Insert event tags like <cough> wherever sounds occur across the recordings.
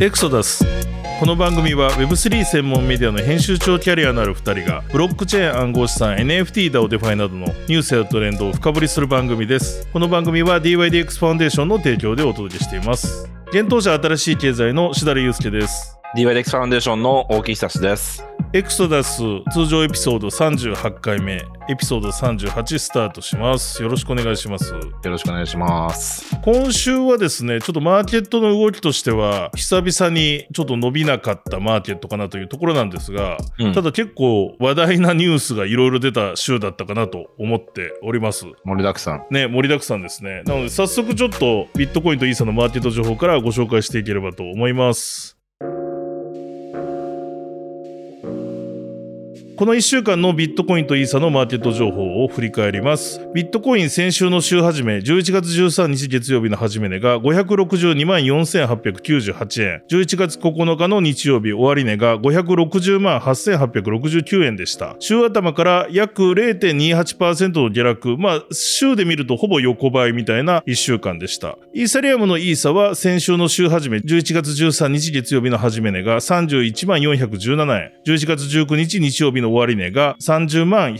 エクソダスこの番組は Web3 専門メディアの編集長キャリアのある2人がブロックチェーン暗号資産 NFT だをデファイなどのニュースやトレンドを深掘りする番組ですこの番組は DYDX ファンデーションの提供でお届けしています現当社新しい経済のしだれゆうすけです DYDX ファウンデーションの大木久志です。エクソダス通常エピソード38回目エピソード38スタートしますよろしくお願いしますよろしくお願いします。今週はですねちょっとマーケットの動きとしては久々にちょっと伸びなかったマーケットかなというところなんですが、うんただ結構話題なニュースがいろいろ出た週だったかなと思っております盛りだくさん。ね盛りだくさんですねなので早速ちょっとビットコインとイーサのマーケット情報からご紹介していければと思いますこの1週間のビットコインとイーサのマーケット情報を振り返ります。ビットコイン先週の週始め、11月13日月曜日の始め値が562万4898円、11月9日の日曜日終値が560万8869円でした。週頭から約0.28%の下落、まあ、週で見るとほぼ横ばいみたいな1週間でした。イーサリアムのイーサは先週の週始め、11月13日月曜日の始め値が31万417円、11月19日日曜日の終値が30万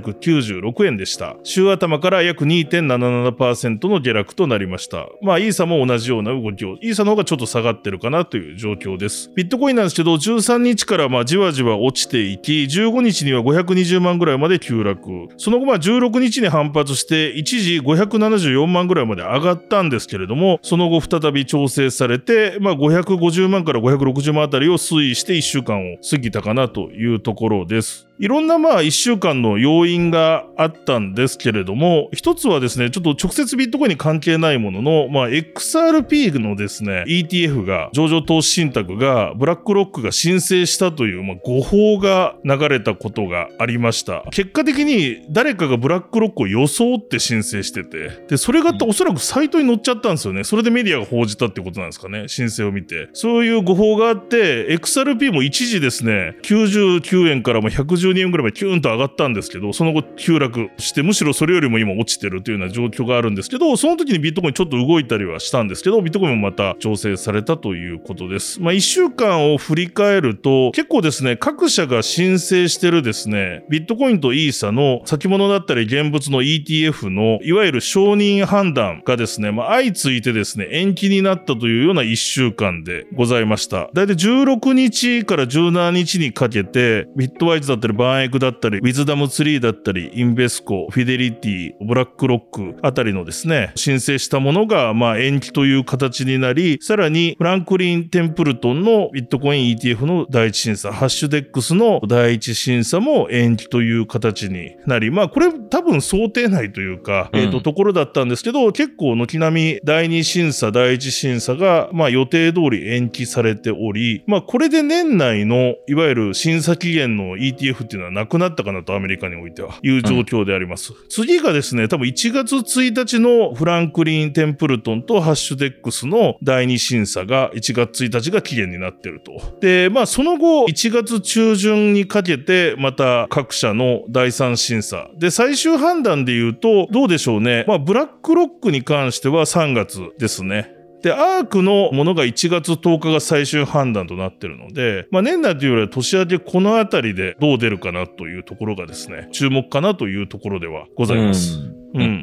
1796円でした。週頭から約2.77%の下落となりました。まあ、イーサも同じような動きを、イーサの方がちょっと下がってるかなという状況です。ビットコインなんですけど、13日からまあじわじわ落ちていき、15日には520万ぐらいまで急落。その後まあ16日に反発して、一時574万ぐらいまで上がったんですけれども、その後再び調整されて、まあ550万から560万あたりを推移して1週間を過ぎたかなというところです。いろんなまあ1週間の要因があったんですけれども、一つはですね、ちょっと直接ビットコインに関係ないものの、まあ XRP のですね、ETF が、上場投資信託が、ブラックロックが申請したという、まあ誤報が流れたことがありました。結果的に誰かがブラックロックを装って申請してて、で、それがおそらくサイトに載っちゃったんですよね。それでメディアが報じたってことなんですかね、申請を見て。そういう誤報があって、XRP も一時ですね、99円からも112円ぐらいまでキューンと上がったんですけど、その後急落して、むしろそれよりも今落ちてるというような状況があるんですけど、その時にビットコインちょっと動いたりはしたんですけど、ビットコインもまた調整されたということです。まあ、1週間を振り返ると、結構ですね、各社が申請してるですね、ビットコインとイーサの先物だったり現物の ETF の、いわゆる承認判断がですね、まあ、相次いてですね、延期になったというような1週間でございました。だいたい16日から17日にかけて、ビットワイズだったり、バーンエクだったり、ウィズダムツリーだったり、インベスコ、フィデリティ、ブラックロックあたりのですね、申請したものが、まあ、延期という形になり、さらに、フランクリン・テンプルトンのビットコイン ETF の第一審査、ハッシュデックスの第一審査も延期という形になり、まあ、これ多分想定内というか、うんえっ、と、ところだったんですけど、結構軒並み第2審査、第1審査が、まあ予定通り延期されており、まあこれで年内の、いわゆる審査期限の ETF っていうのはなくなったかなと、アメリカにおいては、いう状況であります。次がですね、多分1月1日のフランクリン・テンプルトンとハッシュデックスの第2審査が1月1日が期限になってると。で、まあその後、1月中旬にかけて、また各社の第3審査。で、最終判断で言うと、どうでしょうね。まあ、ブラックロックに関しては3月ですね。で、アークのものが1月10日が最終判断となってるので、まあ年内というよりは年明けこのあたりでどう出るかなというところがですね、注目かなというところではございます。うん。うん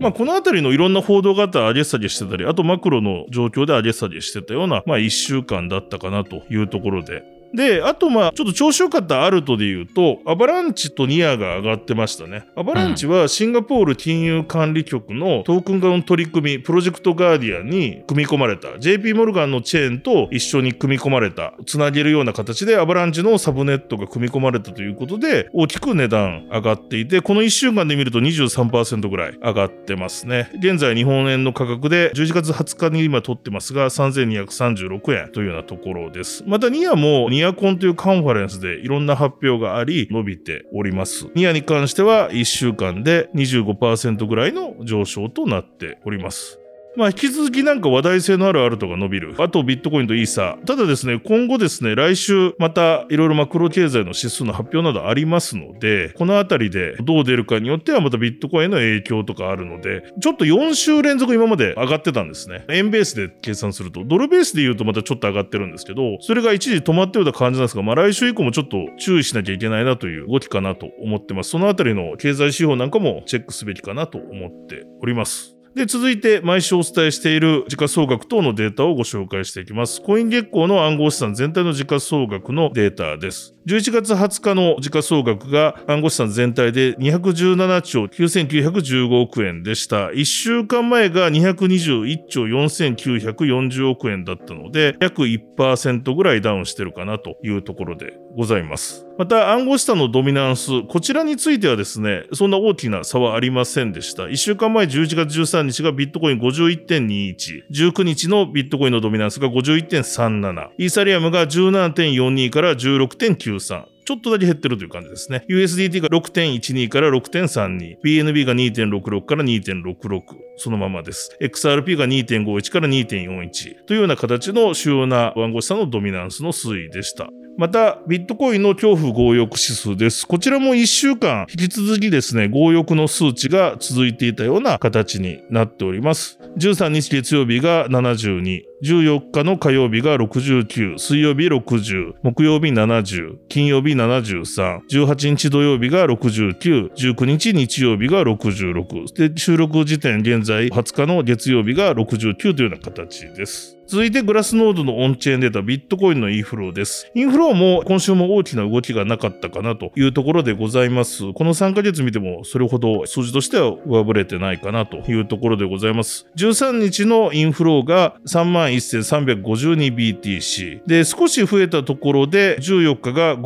まあ、このあたりのいろんな報道があったら上げ下げしてたり、あとマクロの状況で上げ下げしてたような、まあ、一週間だったかなというところで。で、あとまあ、ちょっと調子良かったアルトで言うと、アバランチとニアが上がってましたね。アバランチはシンガポール金融管理局のトークン化の取り組み、プロジェクトガーディアンに組み込まれた、JP モルガンのチェーンと一緒に組み込まれた、つなげるような形でアバランチのサブネットが組み込まれたということで、大きく値段上がっていて、この1週間で見ると23%ぐらい上がってますね。現在日本円の価格で11月20日に今取ってますが、3236円というようなところです。またニアもニアコンというカンファレンスでいろんな発表があり、伸びております。ニアに関しては1週間で25%ぐらいの上昇となっております。まあ、引き続きなんか話題性のあるアルトが伸びる。あと、ビットコインとイーサー。ただですね、今後ですね、来週またいろいろマクロ経済の指数の発表などありますので、このあたりでどう出るかによってはまたビットコインへの影響とかあるので、ちょっと4週連続今まで上がってたんですね。円ベースで計算すると、ドルベースで言うとまたちょっと上がってるんですけど、それが一時止まったような感じなんですが、まあ来週以降もちょっと注意しなきゃいけないなという動きかなと思ってます。そのあたりの経済指標なんかもチェックすべきかなと思っております。で、続いて毎週お伝えしている時価総額等のデータをご紹介していきます。コイン月光の暗号資産全体の時価総額のデータです。11月20日の時価総額が暗号資産全体で217兆9915億円でした。1週間前が221兆4940億円だったので、約1%ぐらいダウンしてるかなというところでございます。また暗号資産のドミナンス、こちらについてはですね、そんな大きな差はありませんでした。1週間前11月13日がビットコイン51.21、19日のビットコインのドミナンスが51.37、イーサリアムが17.42から16.93、ちょっとだけ減ってるという感じですね。USDT が6.12から6.32、BNB が2.66から2.66、そのままです。XRP が2.51から2.41というような形の主要な暗号資産のドミナンスの推移でした。また、ビットコインの恐怖強欲指数です。こちらも1週間、引き続きですね、強欲の数値が続いていたような形になっております。13日月曜日が72、14日の火曜日が69、水曜日60、木曜日70、金曜日73、18日土曜日が69、19日日曜日が66、で、収録時点現在20日の月曜日が69というような形です。続いてグラスノードのオンチェーンデータ、ビットコインのインフローです。インフローも今週も大きな動きがなかったかなというところでございます。この3ヶ月見てもそれほど数字としては上振れてないかなというところでございます。13日のインフローが 31,352BTC。で、少し増えたところで14日が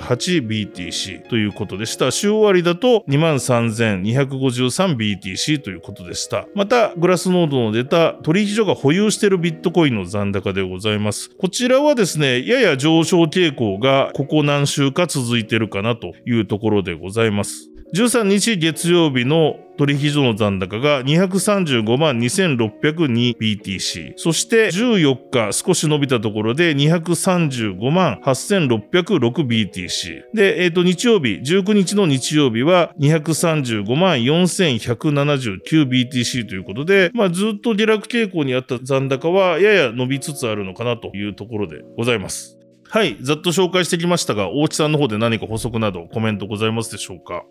53,888BTC ということでした。週終わりだと 23,253BTC ということでした。また、グラスノードの出た取引所が保有しているビットコインの残高でございます。こちらはですね、やや上昇傾向がここ何週か続いてるかなというところでございます。13日月曜日の取引所の残高が235万 2602BTC。そして14日少し伸びたところで235万 8606BTC。で、えっ、と日曜日、19日の日曜日は235万 4179BTC ということで、まあずっと下落傾向にあった残高はやや伸びつつあるのかなというところでございます。はい。ざっと紹介してきましたが、大木さんの方で何か補足などコメントございますでしょうか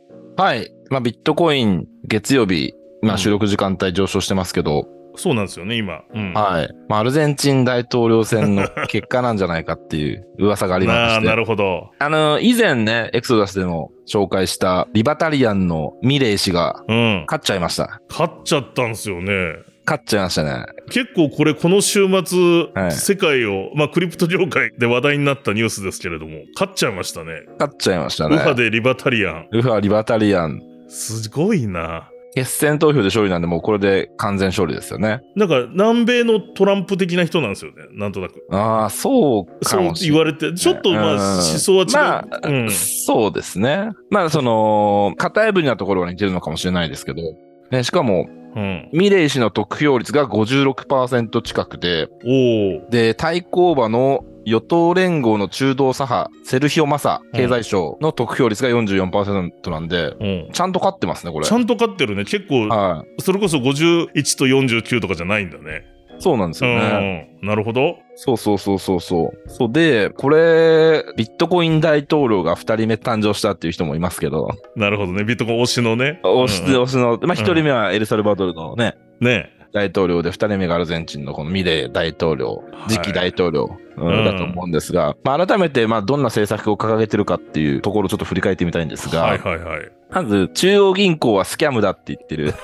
はい。まあ、ビットコイン月曜日、まうあ、ん収録時間帯上昇してますけど、そうなんですよね、今。うん。はい。まあ、アルゼンチン大統領選の結果なんじゃないかっていう <laughs> 噂がありまああしー、なて。るほど。あの、以前ね、エクソダスでも紹介したリバタリアンのミレイ氏がうん。勝っちゃいました。勝っちゃったんですよね。勝っちゃいましたね。結構これ、この週末、はい世界を、まあ、クリプト業界で話題になったニュースですけれども、勝っちゃいましたね。勝っちゃいましたウハね。でリバタリアン。ウファリバタリアン。すごいな。決選投票で勝利なんで、もうこれで完全勝利ですよね。なんか、南米のトランプ的な人なんですよね、なんとなく。ああ、そうかそうもしれ言ない。われて、ちょっと、まあ、うん思想は違う。まあうん。そうですね。まあ、その、片い分なところが似てるのかもしれないですけど、ね、しかも、うん。ミレイ氏の得票率が56%近くで、おー。で、対抗馬の与党連合の中道左派、セルヒオ・マサ経済相の得票率が44%なんで、うん。ちゃんと勝ってますね、これ。ちゃんと勝ってるね。結構、はそれこそ51と49とかじゃないんだね。い。そうなんですうよね。ん。なるほど。そうそうそうそうそう。そうで、これ、ビットコイン大統領が2人目誕生したっていう人もいますけど、なるほどね。ビットコイン推しのね。推し、うん推しの、まあ、1人目はエルサルバドルのね、ね大統領で、2人目がアルゼンチンのこのミレイ大統領は、い次期大統領、うんうんだと思うんですが、まあ、改めて、まあ、どんな政策を掲げてるかっていうところをちょっと振り返ってみたいんですが、はいはいはい。まず、中央銀行はスキャムだって言ってる、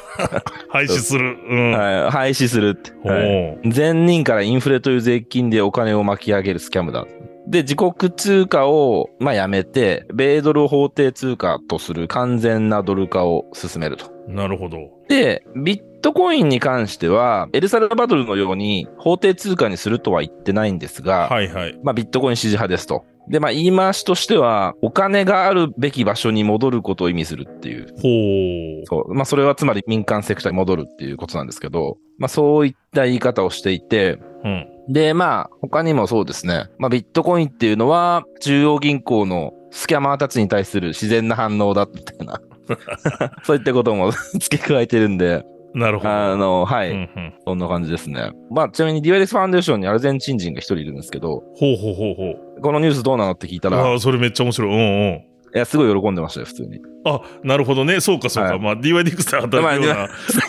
廃止する。うん。はい廃止するって。おはいー前任からインフレという税金でお金を巻き上げるスキャムだ。で、自国通貨を、まあ、やめて、米ドルを法定通貨とする完全なドル化を進めると。なるほど。で、ビットコインに関しては、エルサルバドルのように法定通貨にするとは言ってないんですが、はいはい。まあ、ビットコイン支持派ですと。で、まあ、言い回しとしては、お金があるべき場所に戻ることを意味するっていう。ほう。そう。まあ、それはつまり民間セクターに戻るっていうことなんですけど、まあ、そういった言い方をしていて、うん。で、まあ、他にもそうですね。まあ、ビットコインっていうのは、中央銀行のスキャマーたちに対する自然な反応だ、みたい <laughs> な。そういったことも付け加えてるんで、なるほど。あの、はい、うんうん。そんな感じですね。まあ、ちなみに DYDX ファンデーションにアルゼンチン人が一人いるんですけど、ほうほうほうほう。このニュースどうなのって聞いたら、あいあー、それめっちゃ面白い。うんうん。や、すごい喜んでましたよ、普通 <laughs> に。あ、なるほどね。そうかそうか。はいまあ、DYDX で働くようま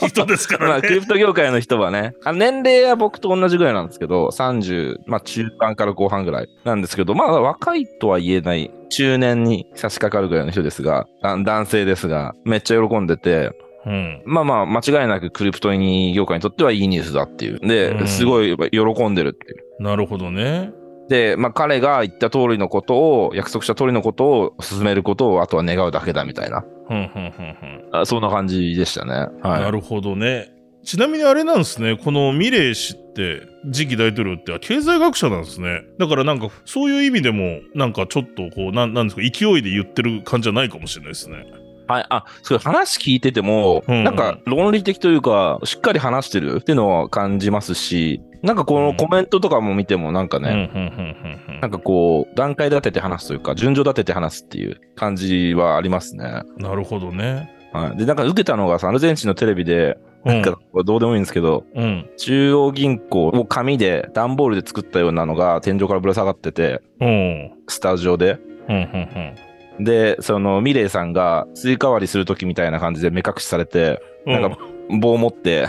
な人ですかまらあ、クね。リプト業界の人はね、あ年齢は僕と同じぐらいなんですけど、30、まあ中盤から後半ぐらいなんですけど、まあ若いとは言えない、中年に差し掛かるぐらいの人ですが、あ男性ですが、めっちゃ喜んでて、うん。まあまあ間違いなくクリプト業界にとってはいいニュースだっていう。うで、んすごい喜んでるっていう。なるほどね。で、まあ彼が言った通りのことを、約束した通りのことを進めることを、あとは願うだけだみたいな、うんうんうんうん。あそんな感じでしたね。はい。なるほどね。ちなみにあれなんですね、このミレイ氏って、次期大統領って経済学者なんですね。だからなんか、そういう意味でも、なんかちょっとこう、なんなんですか、勢いで言ってる感じじゃないかもしれないですね。はい、あ、そう話聞いてても、うんうんなんか論理的というか、しっかり話してるっていうのは感じますし、なんかこうのんコメントとかも見ても、なんかうんうんね、うんうんなんかこう、段階立てて話すというか、順序立てて話すっていう感じはありますね。うんなるほどね。はい、で、なんか受けたのがさ、アルゼンチンのテレビで、うなんかん。どうでもいいんですけど、うん。中央銀行を紙で、段ボールで作ったようなのが天井からぶら下がってて、うん。スタジオで。うん。うん。で、そのミレイさんがスイカ割りするときみたいな感じで目隠しされて、う、なんか棒持って、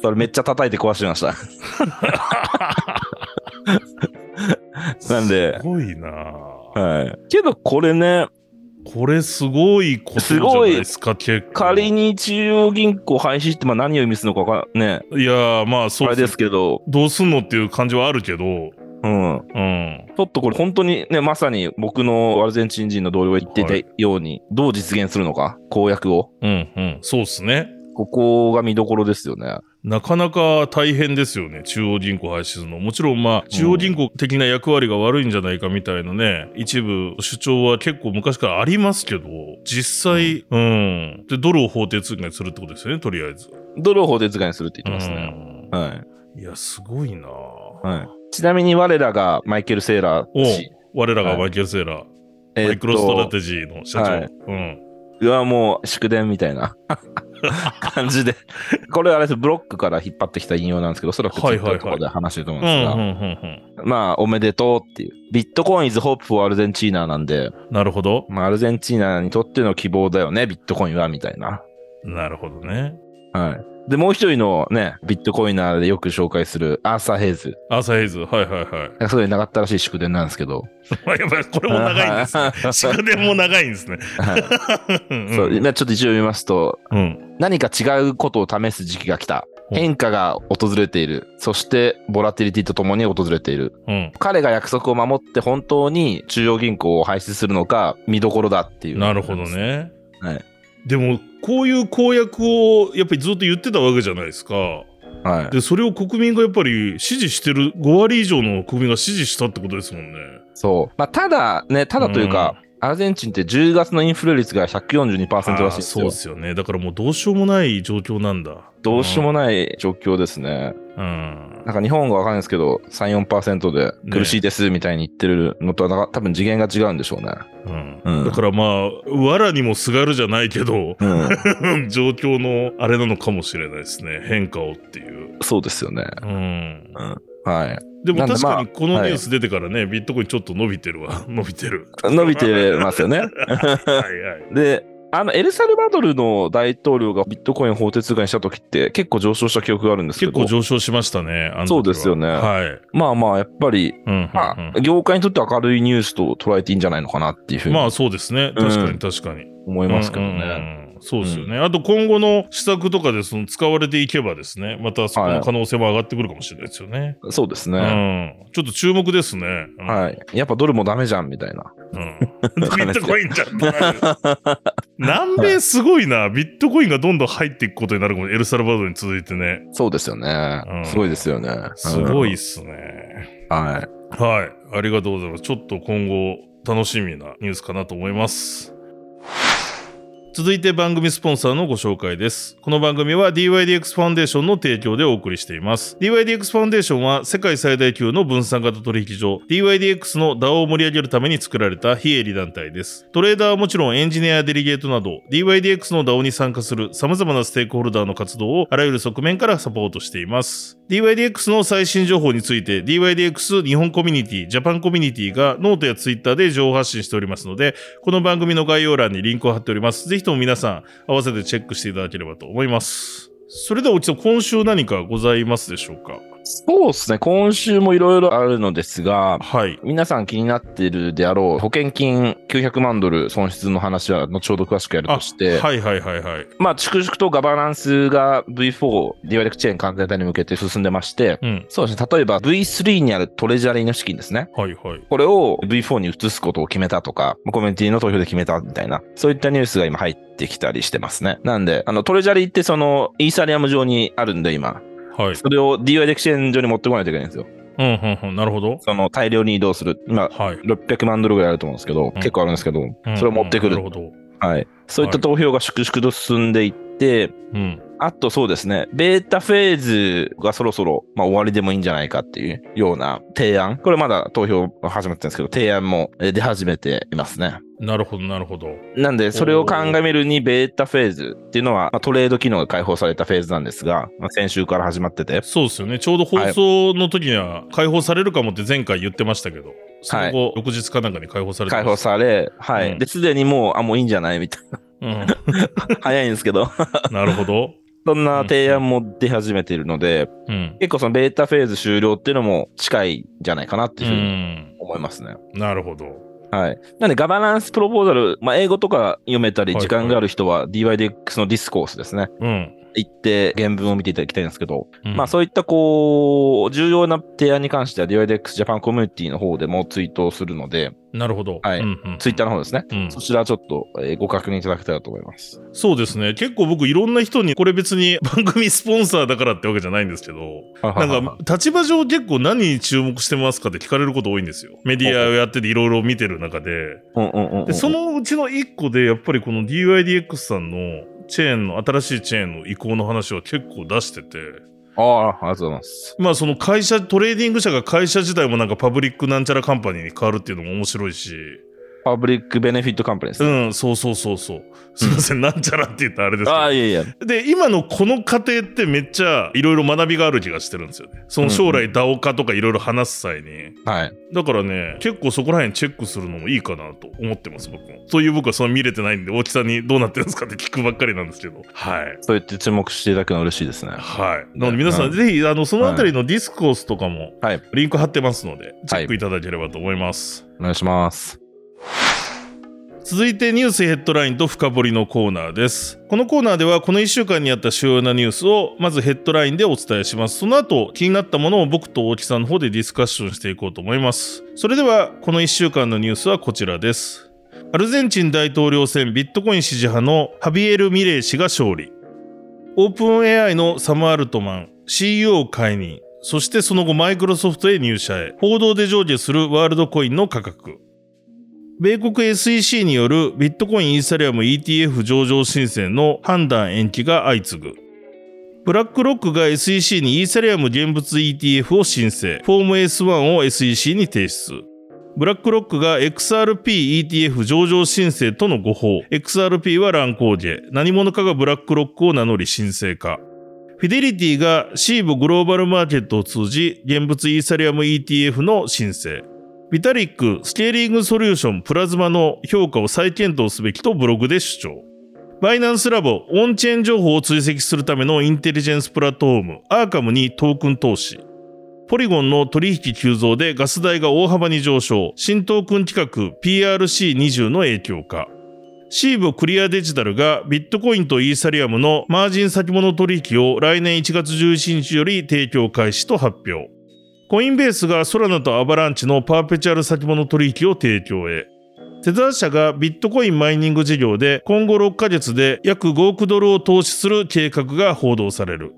それめっちゃ叩いて壊してました。なんですごいなぁはい。けどこれね、これすごいことじゃないですか、結構。仮に中央銀行廃止ってまあ何を意味するのかわかんね、いやー、まああそうれっすですけど、どうすんのっていう感じはあるけど、うん。うん。ちょっとこれ本当にね、まさに僕のアルゼンチン人の同僚が言ってはたように、どう実現するのか、公約を。うんうん。そうっすね。ここが見どころですよね。なかなか大変ですよね、中央銀行廃止するの。もちろん、まあ、中央銀行的な役割が悪いんじゃないかみたいなね、一部主張は結構昔からありますけど、実際、うん。で、ドルを法定通貨にするってことですよね、とりあえず。ドルを法定通貨にするってう言ってますね。ん。はい。いや、すごいなぁはい。ちなみに我らがマイケル・セーラー氏。我らがマイケル・セーラー、えーっとマイクロストラテジーの社長。はいうん。うわ、もう祝電みた <laughs> いな感じで。これあれです、ブロックから引っ張ってきた引用なんですけど、おそらくツイはいッタはいはーいとかで話してると思ううんん、でうすんが、、うん、まあ、おめでとうっていう。ビットコイン is hope for アルゼンチーナーなんで、うん。なるほど。まあ、アルゼンチーナにとっての希望だよね、ビットコインは、みたいな。なるほどね。はい。で、もう一人のね、ビットコイナーでよく紹介するアーサー・ヘイズ。アーサーヘイズ。はいはい <laughs> はい。すごい長ったらしい祝電なんですけど。まあやっぱりこれも長いん <laughs> ですね。祝電も長いんですね。はいうんそう今ちょっと一応見ますと、うん。何か違うことを試す時期が来た。うん変化が訪れている。そして、ボラティリティとともに訪れている。うん。彼が約束を守って本当に中央銀行を廃止するのか見どころだっていう。なるほど。ね。はい。でも、こういう公約をやっぱりずっと言ってたわけじゃないですか。はで、それを国民がやっぱり支持してる、5割以上の国民が支持したってことですもんね。い。そう。まあ、ただね、ただというか、アルゼンチンって10月のインフレ率が142%らしいあーですそうよで。すよね。だからもうどうしようもない状況なんだ。どうしようもない状況ですね。うん。なんか日本がわかんないですけど、3、4%で苦しいですみたいに言ってるのとはなんか多分次元が違うんでしょうね。うん。うんだからまあ、わらにもすがるじゃないけど、うん。状況のあれなのかもしれないですね。変化をっていう。そうですよね。うん。はい。でもなんで確かにまあこのニュース出てからね、ビットコインちょっと伸びてるわ。 <laughs> 伸びて <laughs> る。伸びてま <laughs> すよね。はいはい。で、あの、エルサルバドルの大統領がビットコイン法定通貨にした時って結構上昇した記憶があるんですけ結ど、構上昇しましたね。あの時はそうですよねはい。まあまあ、やっぱり、うんうんうんまあ、業界にとって明るいニュースと捉えていいんじゃないのかなっていうふうまあにそうですね。確かに確かに。思いますけどうんうんね。うんそうですよね。あと今後の施策とかでその使われていけばですね、またそこの可能性も上がってくるかもしれないですよね。そうですね。うん。ちょっと注目ですね。うんはい。やっぱドルもダメじゃんみたいな。 <laughs> うん、ビットコインじゃんってなる南米すごいな。ビットコインがどんどん入っていくことになるかも。エルサルバドルに続いてね。そうですよねう。んすごいですよね。すごい。いっすね。はい。はい。ありがとうございます。ちょっと今後、楽しみなニュースかなと思います。続いて番組スポンサーのご紹介です。この番組は DYDX ファンデーションの提供でお送りしています。DYDX ファンデーションは世界最大級の分散型取引所 DYDX の DAO を盛り上げるために作られた非営利団体です。トレーダーはもちろんエンジニアやデリゲートなど DYDX の DAO に参加する様々なステークホルダーの活動をあらゆる側面からサポートしています。DYDX の最新情報について DYDX 日本コミュニティ、ジャパンコミュニティがノートやツイッターで情報発信しておりますので、この番組の概要欄にリンクを貼っております。ぜひとも皆さん、合わせてチェックしていただければと思います。それでは、おちさん、今週何かございますでしょうかそうですね。今週もいろいろあるのですが、はい。皆さん気になっているであろう保険金900万ドル損失の話は後ほど詳しくやるとして、はいはいはいはい。まあ、粛々とガバナンスが V4、ディワレクチェーン完全体に向けて進んでまして、うん。そうですね。例えば V3 にあるトレジャリーの資金ですね。はいはい。これを V4 に移すことを決めたとか、コミュニティの投票で決めたみたいな、そういったニュースが今入ってきたりしてますね。なんで、あの、トレジャリーってその、イーサリアム上にあるんで今、はい。それを DY デクシェン上に持ってこないといけないんですよ。うんうんうん。なるほど。その、大量に移動する。今、はい。 600万ドルぐらいあると思うんですけど、結構あるんですけど、うんそれを持ってくなるるほど。はい。そういった投票が粛々と進んでいって、うん。あとそうですね、ベータフェーズがそろそろ、まあ、終わりでもいいんじゃないかっていうような提案。これまだ投票始まってるんですけど、提案もえー出始めていますね。なるほどなるほど。なんで、それを鑑みるに、ベータフェーズっていうのは、まあ、トレード機能が解放されたフェーズなんですが、まあ、先週から始まってて、そうですよね。ちょうど放送の時には解放されるかもって前回言ってましたけど、その後、翌日かなんかに解放されて解ま放す。され、はい。うんで、すでにもう、あ、もういいんじゃないみたいな。早いんですけど、うん。なるほど。そんな提案も出始めているので、 <laughs> うん。結構そのベータフェーズ終了っていうのも近いんじゃないかなってういうふうにん。思いますね。なるほど。はい。なんで、ガバナンスプロポーザル、まあ、英語とか読めたり、はい時間がある人は DYDX のディスコースですね。うん。行って原文を見ていただきたいんですけど、うんまあ、そういったこう、重要な提案に関しては DYDX ジャパンコミュニティの方でもツイートをするので、なるほど。はいうんうんツイッターの方ですね。うんそちらちょっとえーご確認いただけたらと思います。そうですね。結構僕いろんな人に、これ別に <laughs> 番組スポンサーだからってわけじゃないんですけど、ななんか立場上結構何に注目してますかって聞かれること多いんですよ。メディアをやってていろいろ見てる中で。 <laughs> うんうんうんうん。で、そのうちの一個でやっぱりこの DYDX さんのチェーンの、新しいチェーンの移行の話は結構出してて、ああ、ありがとうございます。まあその会社、トレーディング社が会社自体もなんかパブリックなんちゃらカンパニーに変わるっていうのも面白いし、パブリックベネフィットカンパニーですうね。ん、そうそうそうそう。すいません、なんちゃらって言ったらあれですけどああ、いやいや。で今のこの過程ってめっちゃいろいろ学びがある気がしてるんですよねその将うん来 DAO 化とかいろいろ話す際にはい。だからね結構そこら辺チェックするのもいいかなと思ってます僕もそういう僕はそんな見れてないんで大木さんにどうなってるんですかって聞くばっかりなんですけどはいそうやって注目していただくのは嬉しいですね。はいなので皆さんぜひあのそのあたりのディスコースとかもはい。リンク貼ってますのでチェックいただければと思います、お願いします。続いてニュースヘッドラインと深掘りのコーナーです。このコーナーではこの1週間にあった主要なニュースをまずヘッドラインでお伝えします。その後気になったものを僕と大木さんの方でディスカッションしていこうと思います。それではこの1週間のニュースはこちらです。アルゼンチン大統領選ビットコイン支持派のハビエル・ミレイ氏が勝利。オープン AI のサム・アルトマン、CEO を解任。そしてその後マイクロソフトへ入社へ。報道で上下するワールドコインの価格。米国 SEC によるビットコインイーサリアム ETF 上場申請の判断延期が相次ぐ。ブラックロックが SEC にイーサリアム現物 ETF を申請。フォーム S1 を SEC に提出。ブラックロックが XRPETF 上場申請との誤報。XRP は乱高下。何者かがブラックロックを名乗り申請か。フィデリティがシーボグローバルマーケットを通じ、現物イーサリアム ETF の申請。ビタリックスケーリングソリューションプラズマの評価を再検討すべきとブログで主張。バイナンスラボオンチェーン情報を追跡するためのインテリジェンスプラットフォームアーカムにトークン投資。ポリゴンの取引急増でガス代が大幅に上昇。新トークン企画 PRC20 の影響か。シーボクリアデジタルがビットコインとイーサリアムのマージン先物取引を来年1月11日より提供開始と発表。コインベースがソラナとアバランチのパーペチュアル先物取引を提供へ。テザー社がビットコインマイニング事業で今後6ヶ月で約5億ドルを投資する計画が報道される。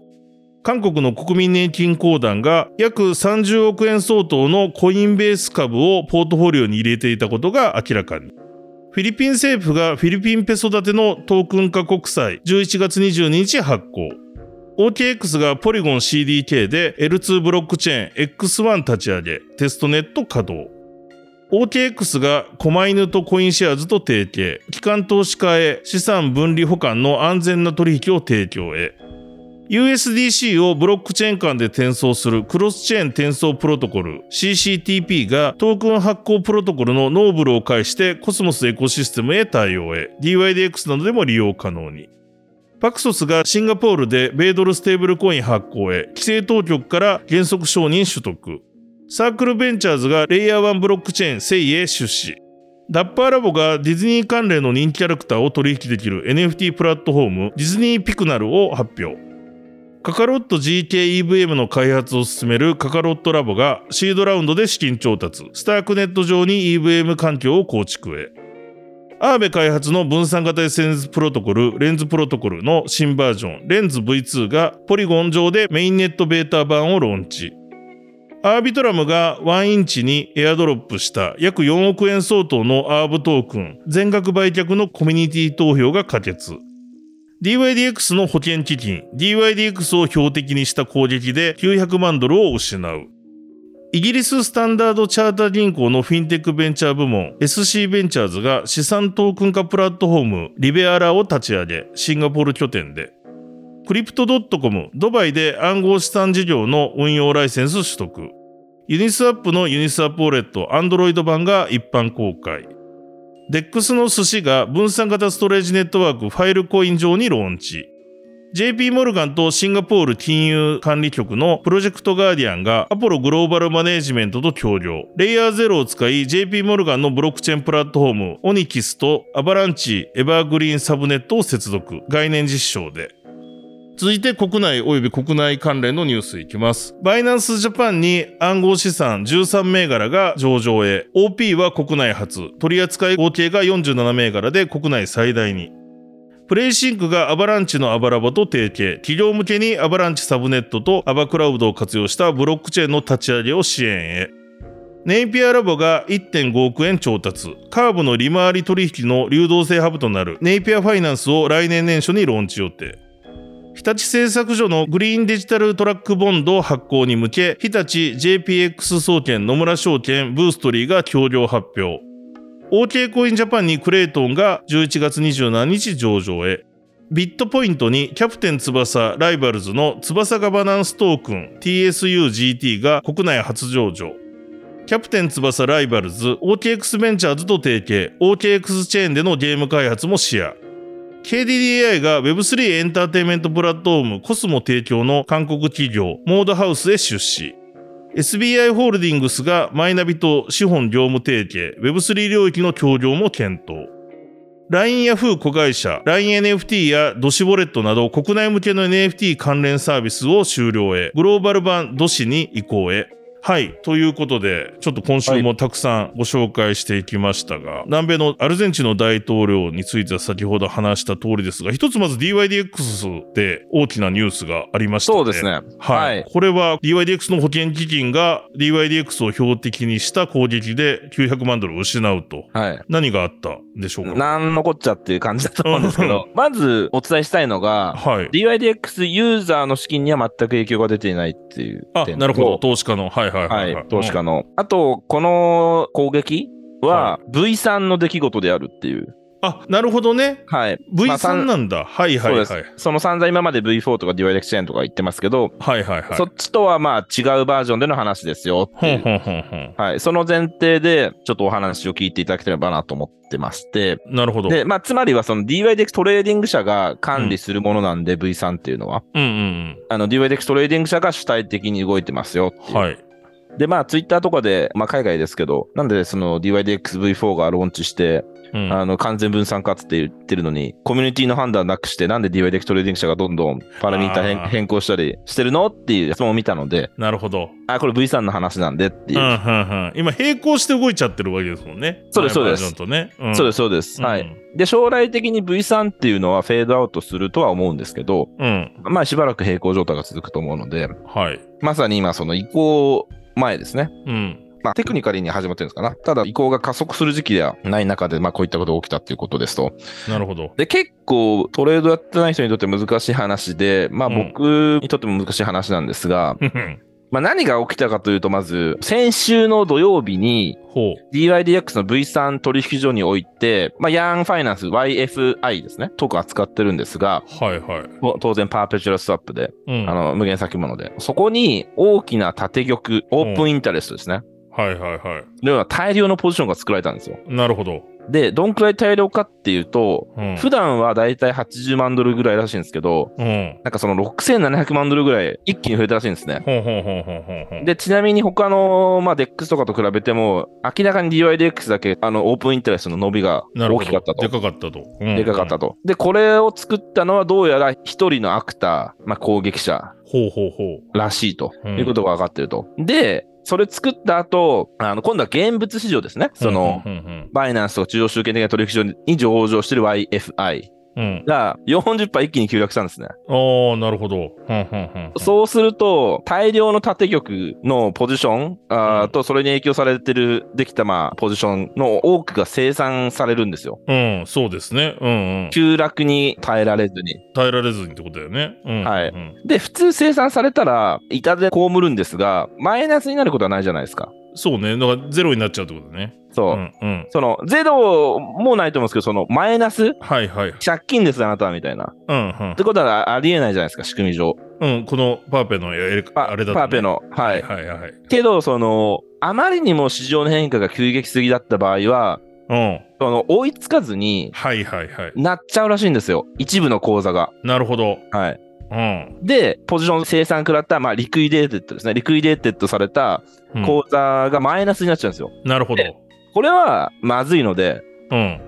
韓国の国民年金公団が約30億円相当のコインベース株をポートフォリオに入れていたことが明らかに。フィリピン政府がフィリピンペソ建てのトークン化国債11月22日発行。OKX がポリゴン CDK で L2 ブロックチェーン X1 立ち上げ、テストネット稼働。OKX が狛犬とコインシェアーズと提携、機関投資家へ資産分離保管の安全な取引を提供へ。USDC をブロックチェーン間で転送するクロスチェーン転送プロトコル CCTP がトークン発行プロトコルのノーブルを介してコスモスエコシステムへ対応へ DYDX などでも利用可能にパクソスがシンガポールで米ドルステーブルコイン発行へ規制当局から原則承認取得サークルベンチャーズがレイヤー1ブロックチェーンセイへ出資ダッパーラボがディズニー関連の人気キャラクターを取引できる NFT プラットフォームディズニーピクナルを発表カカロット GKEVM の開発を進めるカカロットラボがシードラウンドで資金調達、スタークネット上に EVM 環境を構築へ。アーベ開発の分散型 SNS プロトコル、レンズプロトコルの新バージョン、レンズ V2 がポリゴン上でメインネットベータ版をローンチ。アービトラムが1インチにエアドロップした約4億円相当のアーブトークン、全額売却のコミュニティ投票が可決。DYDX の保険基金 DYDX を標的にした攻撃で900万ドルを失うイギリススタンダードチャーター銀行のフィンテックベンチャー部門 SC ベンチャーズが資産トークン化プラットフォームリベアラを立ち上げシンガポール拠点でクリプト .com ドバイで暗号資産事業の運用ライセンス取得ユニスアップのユニスアップウォレット Android 版が一般公開 DEX の寿司が分散型ストレージネットワークファイルコイン上にローンチ。JP モルガンとシンガポール金融管理局のプロジェクトガーディアンがアポログローバルマネージメントと協業。レイヤーゼロを使い JP モルガンのブロックチェーンプラットフォームオニキスとアバランチエバーグリーンサブネットを接続。概念実証で。続いて国内及び国内関連のニュースいきます。バイナンスジャパンに暗号資産13銘柄が上場へ。OP は国内初。取扱い合計が47銘柄で国内最大に。プレイシンクがアバランチのアバラバと提携。企業向けにアバランチサブネットとアバクラウドを活用したブロックチェーンの立ち上げを支援へ。ネイピアラボが1.5億円調達。カーブの利回り取引の流動性ハブとなるネイピアファイナンスを来年年初にローンチ予定。日立製作所のグリーンデジタルトラックボンド発行に向け、日立 JPX 総研野村証券ブーストリーが協業発表。OK コインジャパンにクレイトンが11月27日上場へ。ビットポイントにキャプテン翼ライバルズの翼ガバナンストークン TSUGT が国内初上場。キャプテン翼ライバルズ OKX ベンチャーズと提携、OKX チェーンでのゲーム開発も視野。KDDI が Web3 エンターテインメントプラットフォームコスモ提供の韓国企業モードハウスへ出資 SBI ホールディングスがマイナビと資本業務提携 Web3 領域の協業も検討 LINE ヤフー子会社 LINENFT やドシボレットなど国内向けの NFT 関連サービスを終了へグローバル版ドシに移行へはい。ということで、ちょっと今週もたくさんご紹介していきましたが、南米のアルゼンチンの大統領については先ほど話した通りですが、一つまず DYDX で大きなニュースがありましたね。そうですね。は、はいいこれは DYDX の保険基金が DYDX を標的にした攻撃で900万ドルを失うと。はい。何があったんでしょうかなんのこっちゃっていう感じだと思うんですけど、まずお伝えしたいのが、はい。 DYDX ユーザーの資金には全く影響が出ていないっていうあ、点となるほど。投資家の。はいはいはい、はい、投資家の。あと、この攻撃は V3 の出来事であるっていう。うんあ、なるほどね。はい。まあ V3 さんなんだ。はいはいはい。そはいうです。その散々今まで V4 とか DYDX チェーンとか言ってますけど、はいはい。そっちとはまあ違うバージョンでの話ですよってほいんう。ほんほんほん。はい。その前提で、ちょっとお話を聞いていただければなと思ってまして。なるほど。で、まあ、つまりはその DYDX トレーディング社が管理するものなんで、V3 っていうのは。うんうんあの、DYDX トレーディング社が主体的に動いてますよっうていん。う。はい。で、まあ、ツイッターとかで、まあ、海外ですけど、なんでその DYDXV4 がローンチして、うんあの、完全分散化っつって言ってるのに、コミュニティの判断なくして、なんで DYDX トレーディング社がどんどんパラメータ変あー変更したりしてるのっていう質問を見たので、なるほど。あ、これ V さんの話なんでっうていんう。うんうん、今、並行して動いちゃってるわけですもんね。そうですそうで前バーすジョンとねうんそうです、そうです。はういん。で、将来的に V さんっていうのはフェードアウトするとは思うんですけど、うん。まあ、しばらく並行状態が続くと思うので、はい。まさに今、その移行前ですね。うん。まあ、テクニカルに始まってるんですかな。ただ、移行が加速する時期ではない中で、まあ、こういったことが起きたっていうことですと。なるほど。で、結構、トレードやってない人にとって難しい話で、まあ、うん僕にとっても難しい話なんですが、ふふんまあ、何が起きたかというと、まず、先週の土曜日に、ほ DYDX の V3 取引所において、まあ、ヤンファイナンス YFI ですね、トークン扱ってるんですが、う。はいはい。と当然パーペチュラルスワップで、うん。あの、無限先物で、そこに大きな縦玉、オープンインタレストですね。はいはいはのような大量のポジションが作られたんですよ。い。なるほど。で、どんくらい大量かっていうと、うん。普段はだいたい80万ドルぐらいらしいんですけど、うん。なんかその6700万ドルぐらい一気に増えたらしいんですね。ほんほんほんほんほんほん。で、ちなみに他の、まあ、DEX とかと比べても、明らかに DYDX だけ、あの、オープンインタレストの伸びがなる大ほきかどった。とで。かかったと。うんでかかった。と。で、これを作ったのはどうやら一人のアクター、まあ、攻撃者ほうほうほらしいと、うんいうことが分かってると。で、それ作った後、あの、今度は現物市場ですね。う。その、うんうんバイナンスとか中央集権的な取引所に上場してる YFI うんうん。が40%一気に急落したんですね。ああ、なるほど。うんうんうん。そうすると、大量の縦玉のポジションあーうんと、それに影響されてる、できたまあ、ポジションの多くが生産されるんですよ。うん、そうですね。うんうん。急落に耐えられずに。耐えられずにってことだよね。うん。はいうんで、普通生産されたら、痛手で被るんですが、マイナスになることはないじゃないですか。そうね。だからゼロになっちゃうってことだね。そうう。んうん。その、ゼロもないと思うんですけど、その、マイナスはいはい。借金です、あなたは、みたいな。っうんてことはありえないじゃないですか、仕組み上。うん。うん、このパーペのやりパあれだと、ね。パーペ。の。はい。はいはい。けど、その、あまりにも市場の変化が急激すぎだった場合は、うん。その、追いつかずにはいはいはい。なっちゃうらしいんですよ。一部の口座が。なるほど。はい。うん。で、ポジション生産食らった、まあ、リクイデーテッドですね。リクイデーテッドされたうん口座がマイナスになっちゃうんですよ。なるほど。これは、まずいので、うん。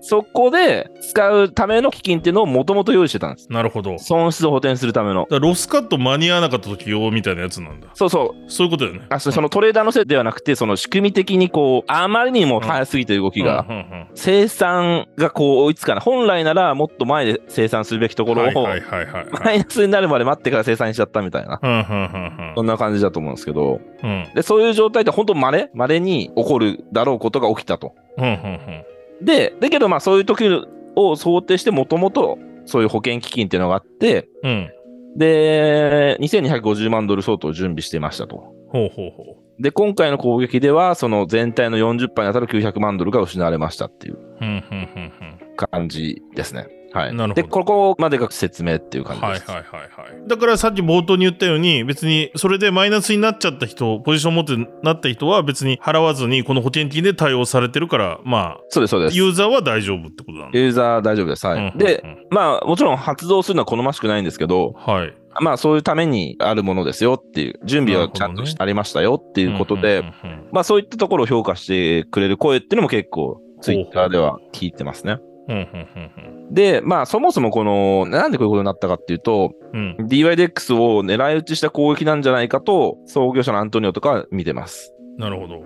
そこで使うための基金っていうのをもともと用意してたんです。なるほど。だか損失を補填するための。らロスカット間に合わなかった時用みたいなやつなんだ。そうそう。そういうことだよね。あそそのトレーダーのせいではなくて、その仕組み的にこう、あまりにも早すぎて動きが、うんうん生産がこう追いつかない本来ならもっと前で生産するべきとうこん。ろを、はいはいはいはいはマい。イナスになるまで待ってから生産しちゃったみたいなうんうんそんな感じだと思うんですけどうんうん。でそういう状態って本当稀稀に起こるだろうことが起きたとうんうんうんでだけどまあそういう時を想定してもともとそういう保険基金っていうのがあってうん。うん。で2250万ドル相当を準備していましたとほうほうほで今回の攻撃ではその全体の40%に当たる900万ドルが失われましたっていうう。うんうんうんうん。感じですね。はい、なるほどで、ここまでが説明っていう感じはいはでいす。はいはい。だからさっき冒頭に言ったように、別にそれでマイナスになっちゃった人、ポジション持ってなった人は別に払わずに、この保険金で対応されてるから、まそうです、そうあ、です。ユーザーは大丈夫ってことなんだ。ユーザー大丈夫です。はい。うんうんうんで、、まあ、もちろん発動するのは好ましくないんですけど、はい。まあ、そういうためにあるものですよっていう、準備はちゃなるんほどとねしありましたよっていうことで、んんうんまあ、そういったところを評価してくれる声っていうのも結構、ツイッターでは聞いてますね。うん。うんうんで、まあ、そもそもこの、なんでこういうことになったかっていうと、うんうん。 DYDX を狙い撃ちした攻撃なんじゃないかと、創業者のアントニオとかは見てます。うんなるほど。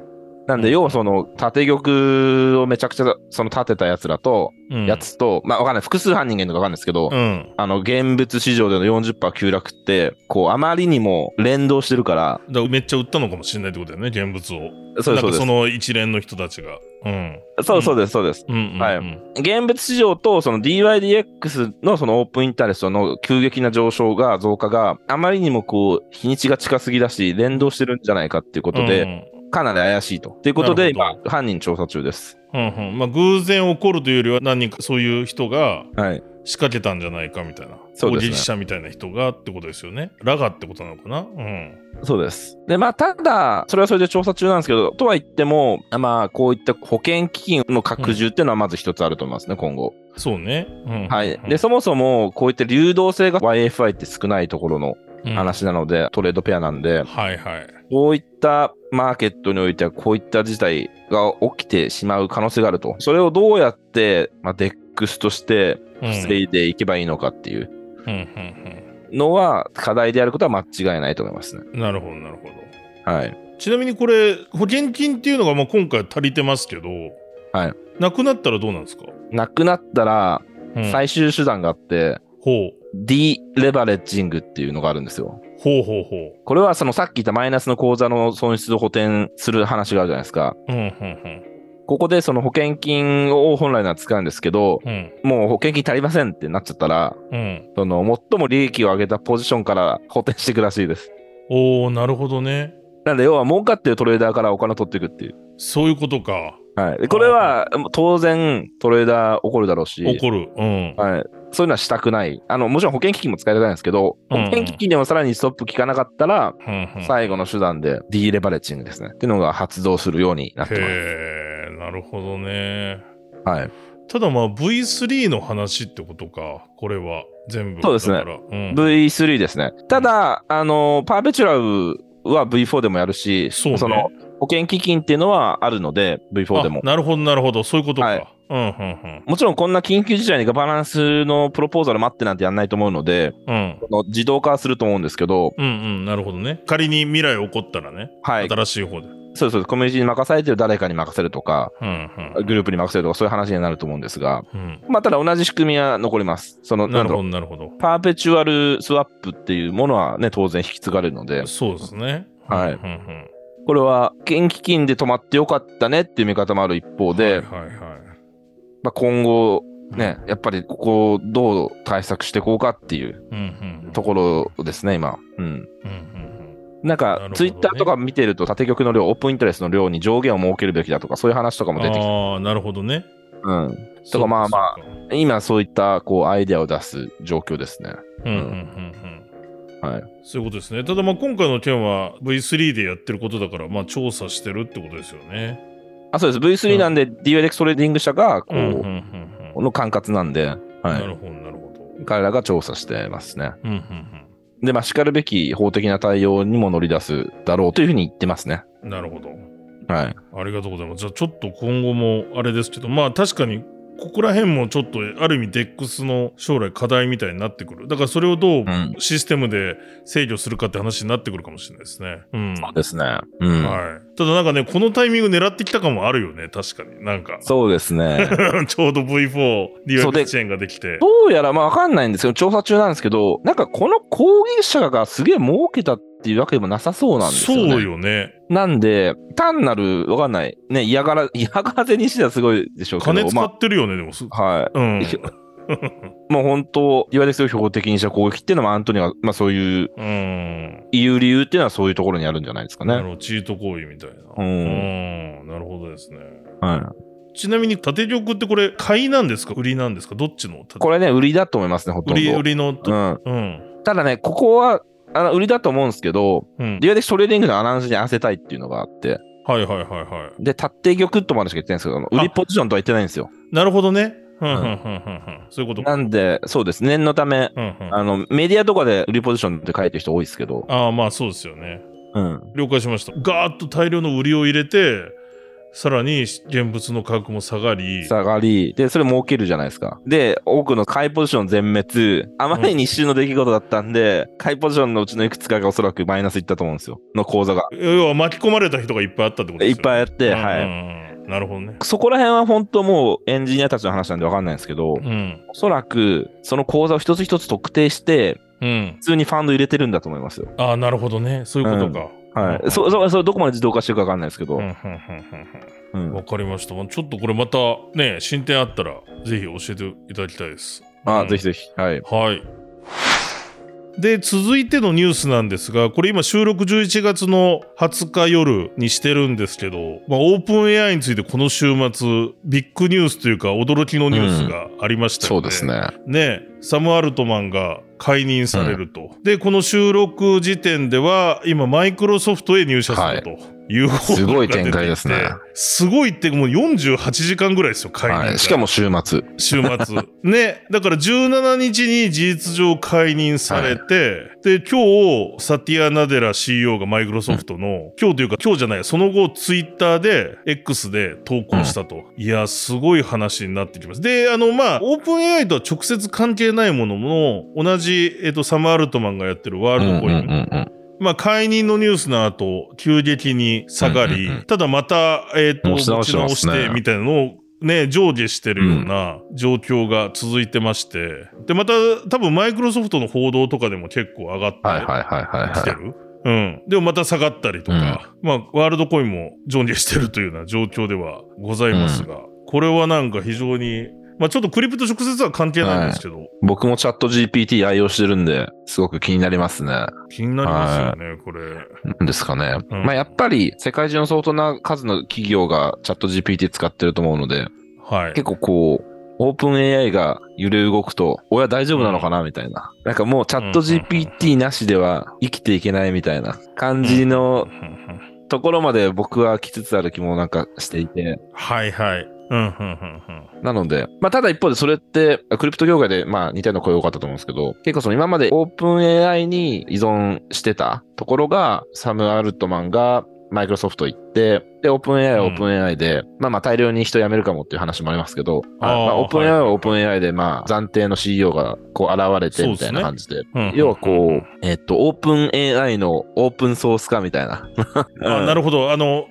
なんで、うん要はその、縦玉をめちゃくちゃ、その立てたやつらと、うんや。つと、まあわかんない、複数犯人がいるのかわかんないですけど、うん。あの、現物市場での40%急落って、こう、あまりにも連動してるから、だからめっちゃ売ったのかもしれないってことだよね、現物を。そうなんです、そうかでそす。の一連の人たちが。うん。そうそうです、そうです。うんうんうん。はい現物市場と、その DYDX のそのオープンインタレストの急激な上昇が、増加があまりにもこう、日にちが近すぎだし、連動してるんじゃないかっていうことで、うんかなり怪しいと。ということで、なる今、犯人調査中です。うんうんまあ、偶然起こるというよりは何人かそういう人がはい。仕掛けたんじゃないかみたいなそう攻ですね撃者みたいな人がってことですよねラガってことなのかなうんそうです。で、まあ、ただ、それはそれで調査中なんですけど、とは言っても、まあ、こういった保険基金の拡充っていうのはまず一つあると思いますね、今後。そうね、うん、はい。で、そそもそも、こういった流動性が YFI って少ないところのうん話なので、トレードペアなんはで、いはい。こういったマーケットにおいては、こういった事態が起きてしまう可能性があると。それをどうやって、まあ、デックスとしてうん防いでいけばいいのかっていううんうんのは、課題であることは間違いないと思いますね。うん。なるほどなるほど。はい。ちなみにこれ保険金っていうのがまあ今回足りてますけど、はい。なくなったらどうなんですか？なくなったら、うん最終手段があって、ほうディレバレッジングっていうのがあるんですよ。ほうほうほこれはそのさっき言ったマイナスの口座の損失を補填する話があるじゃないですか。う。うんうんここでその保険金を本来なら使うんですけど、うんうんもう保険金足りませんってなっちゃったら、うん。その最も利益を上げたポジションから補填していくらしいです。おおなるほどね。なので要は儲かってるトレーダーからお金を取っていくっていう。そういうことか。はい、でこれは当然トレーダー怒るだろうし、起こる。うん。はい、そういうのはしたくないあの。もちろん保険基金も使いたくないんですけど、うんうん保険基金でもさらにストップ効かなかったら、うんうん。最後の手段でディーレバレッジングですね。っていうのが発動するようになってへまえなるほどね。す。はい。ただまあ V3 の話ってことかこれは全部そうですねだからうん、 V3 ですね。ただ、あの、パーペチュラルは V4 でもやるし、そうねの保険基金っていうのはあるので、V4 でもあ。なるほどなるほどそういうことか、はいうんうんもちろんこんな緊急事態にガバナンスのプロポーザル待ってなんてやんないと思うので、うんうんこの自動化はすると思うんですけど、うんうんなるほどね仮に未来起こったらね、はい。新しい方でうんそうですそうです。コミュニティに任されてる誰かに任せるとか、うんグループに任せるとか、そういう話になると思うんですが、うんまあ、ただ同じ仕組みは残ります。その、なるほどどなるほどパーペチュアルスワップっていうものはね、当然引き継がれるので、そうですねはいうんうんこれは、現基金で止まってよかったねっていう見方もある一方うん、はで、いはいはいまあ、今後、ね、やっぱりここをどう対策していこうかっていううんうんうんところですね、今。うん。うんうんなんなるほかど、ねツイッターとか見てると、縦局の量、オープンインタレストの量に上限を設けるべきだとか、そういう話とかうもん出てきて、ああなるほどねうん。そうまあまあそうか今、そういった、こう、アイデアを出す状況ですね。うんうんうんうんはい。そういうことですね。ただまあ今回の件は V3 でやってることだから、まあ調査してるってことですよね。あ、そうです。う V3 んなんで、DLX トレーディング社が、こうんうんうんうう、ん。の管轄なんで、は。ないるほど、なるほど。彼らが調査してますね。うんうんうん。で、まあ、叱るべき法的な対応にも乗り出すだろうというふうに言ってますね。なるほど。はい。ありがとうございます。じゃあちょっと今後もあれですけど、まあ確かにここら辺もちょっとある意味 DEX の将来課題みたいになってくる。だからそれをどううん。システムで制御するかって話になってくるかもしれないですね。うん。そうですね。うん。はい、ただなんかねこのタイミング狙ってきた感もあるよね確かになんかそうで <laughs> すね。ちょうど V4 そ DX うでチェーンができてどうやら、まあ、わかんないんですけど、調査中なんですけど、なんかこの抗議者がすげえ儲けたっていうわけでもなさそうなんですよね。そうよね。なんで、単なる、わかんない。ね、嫌がら、 <laughs> 嫌がらせにしてはすごいでしょうけど、金使まってるよね、でもす。あ、はい。うん。ひもう本当、いわゆるそういう標的にした攻撃っていうのは、アントニーが、まあそういう、うん。言う理由っていうのはそういうところにあるんじゃないですかなるね。ほど、チート行為みたいな。う。うんん。なるほどですね。はい。ちなみに、縦玉ってこれ、買いなんですか売りなんですかどっちの縦これね、売りだと思いますね、ほと売んど。り、売りの。うん。うん。ただね、ここは、あの売りだと思うんですけど、うん。リアデキトレーディングのアナウンスに合わせたいっていうのがあって、はいはいはいはで、立って玉とまでしか言ってないんですけどあの、あ売りポジションとは言ってないんですよ。い。なるほどね。うんうんんうんうんうん。そういうことか。なんで、そうです。念のため、うんうん。あの、メディアとかで売りポジションって書いてる人多いですけど、ああ、まあそうですよね。うん。了解しました。ガーッと大量の売りを入れて、さらに現物の価格も下がり、下がり、で、それ儲けるじゃないですか。で、多くの買いポジション全滅、あまりに一瞬の出来事だったんで、買いポジションのうちのいくつかがおそらくマイナスいったと思うんですよ。の口座が。要は巻き込まれた人がいっぱいあったってこといでっすよね。ぱいあって、はい。い。なるほどね。そこら辺は本当もうエンジニアたちの話なんでわかんないんですけど、うん。おそらくその口座を一つ一つ特定して、うん。普通にファンド入れてるんだと思いますよ。ああ、なるほどね。そういうことか。はい。そ、そ、そ、どこまで自動化してるかわかんないですけど、うん。うん。ううん。うんんわかりました。ちょっとこれまたね、進展あったら、ぜひ教えていただきたいです。あうんぜひぜひ。はい。はい。で、続いてのニュースなんですが、これ今収録11月の20日夜にしてるんですけど、まあ、オープン AI についてこの週末、ビッグニュースというか驚きのニュースがありましたよね。ね。ね、サム・アルトマンが解任されると、でこの収録時点では今マイクロソフトへ入社すると、 UFO すごい展開ですねが出てきてすごいってもう48時間ぐらいですよ、解任からはい、しかも週末。週末。 <laughs> ね。だから17日に事実上解任されて、で、今日、サティア・ナデラ CEO がマイクロソフトの、今日というか今日じゃない、その後、ツイッターで、X で投稿したと。いや、すごい話になってきます。で、あの、まあ、オープン AI とは直接関係ないものの、同じ、えっと、サム・アルトマンがやってるワうんールドうんうコイン。んうん。まあ、解任のニュースの後、急激に下がり、うんうんうんただまた、えっ、と、持ち直してますね持ち直してみたいなのを、ね、上下してるような状況が続いてまして、で、また、多分マイクロソフトの報道とかでも結構上がってきてる。はいはいはいはいはうん。でもまた下がったりとか、まあ、ワールドコインも上下してるというような状況ではございますが、これはなんか非常に、まあ、ちょっとクリプト直接は関係ないんですけど、い。僕もチャット GPT 愛用してるんで、すごく気になりますね。気になりますよね、これ。なんですかね。うんまあやっぱり世界中の相当な数の企業がチャット GPT 使ってると思うので、はい。結構こう、オープン AI が揺れ動くと、親大丈夫なのかなみたいな。なんかもうチャット GPT なしでは生きていけないみたいな感じうのんうんところまで僕は来つつある気もなんかしていて。はいはい。うん、うん、うん、うん。なので、まあ、ただ一方でそれって、クリプト業界で、まあ、似たような声多かったと思うんですけど、結構その今までオープン AI に依存してたところが、サム・アルトマンがマイクロソフト行って、で、オープン AI はうオんープン AI で、まあまあ大量に人辞めるかもっていう話もありますけど、あーはいまあ、オープン AI はいはオープン AI で、まあ暫定の CEO がこう現れてみたいな感じで、うん要はこう、えっと、オープン AI のオープンソース化みたいな。あなるほど。あの、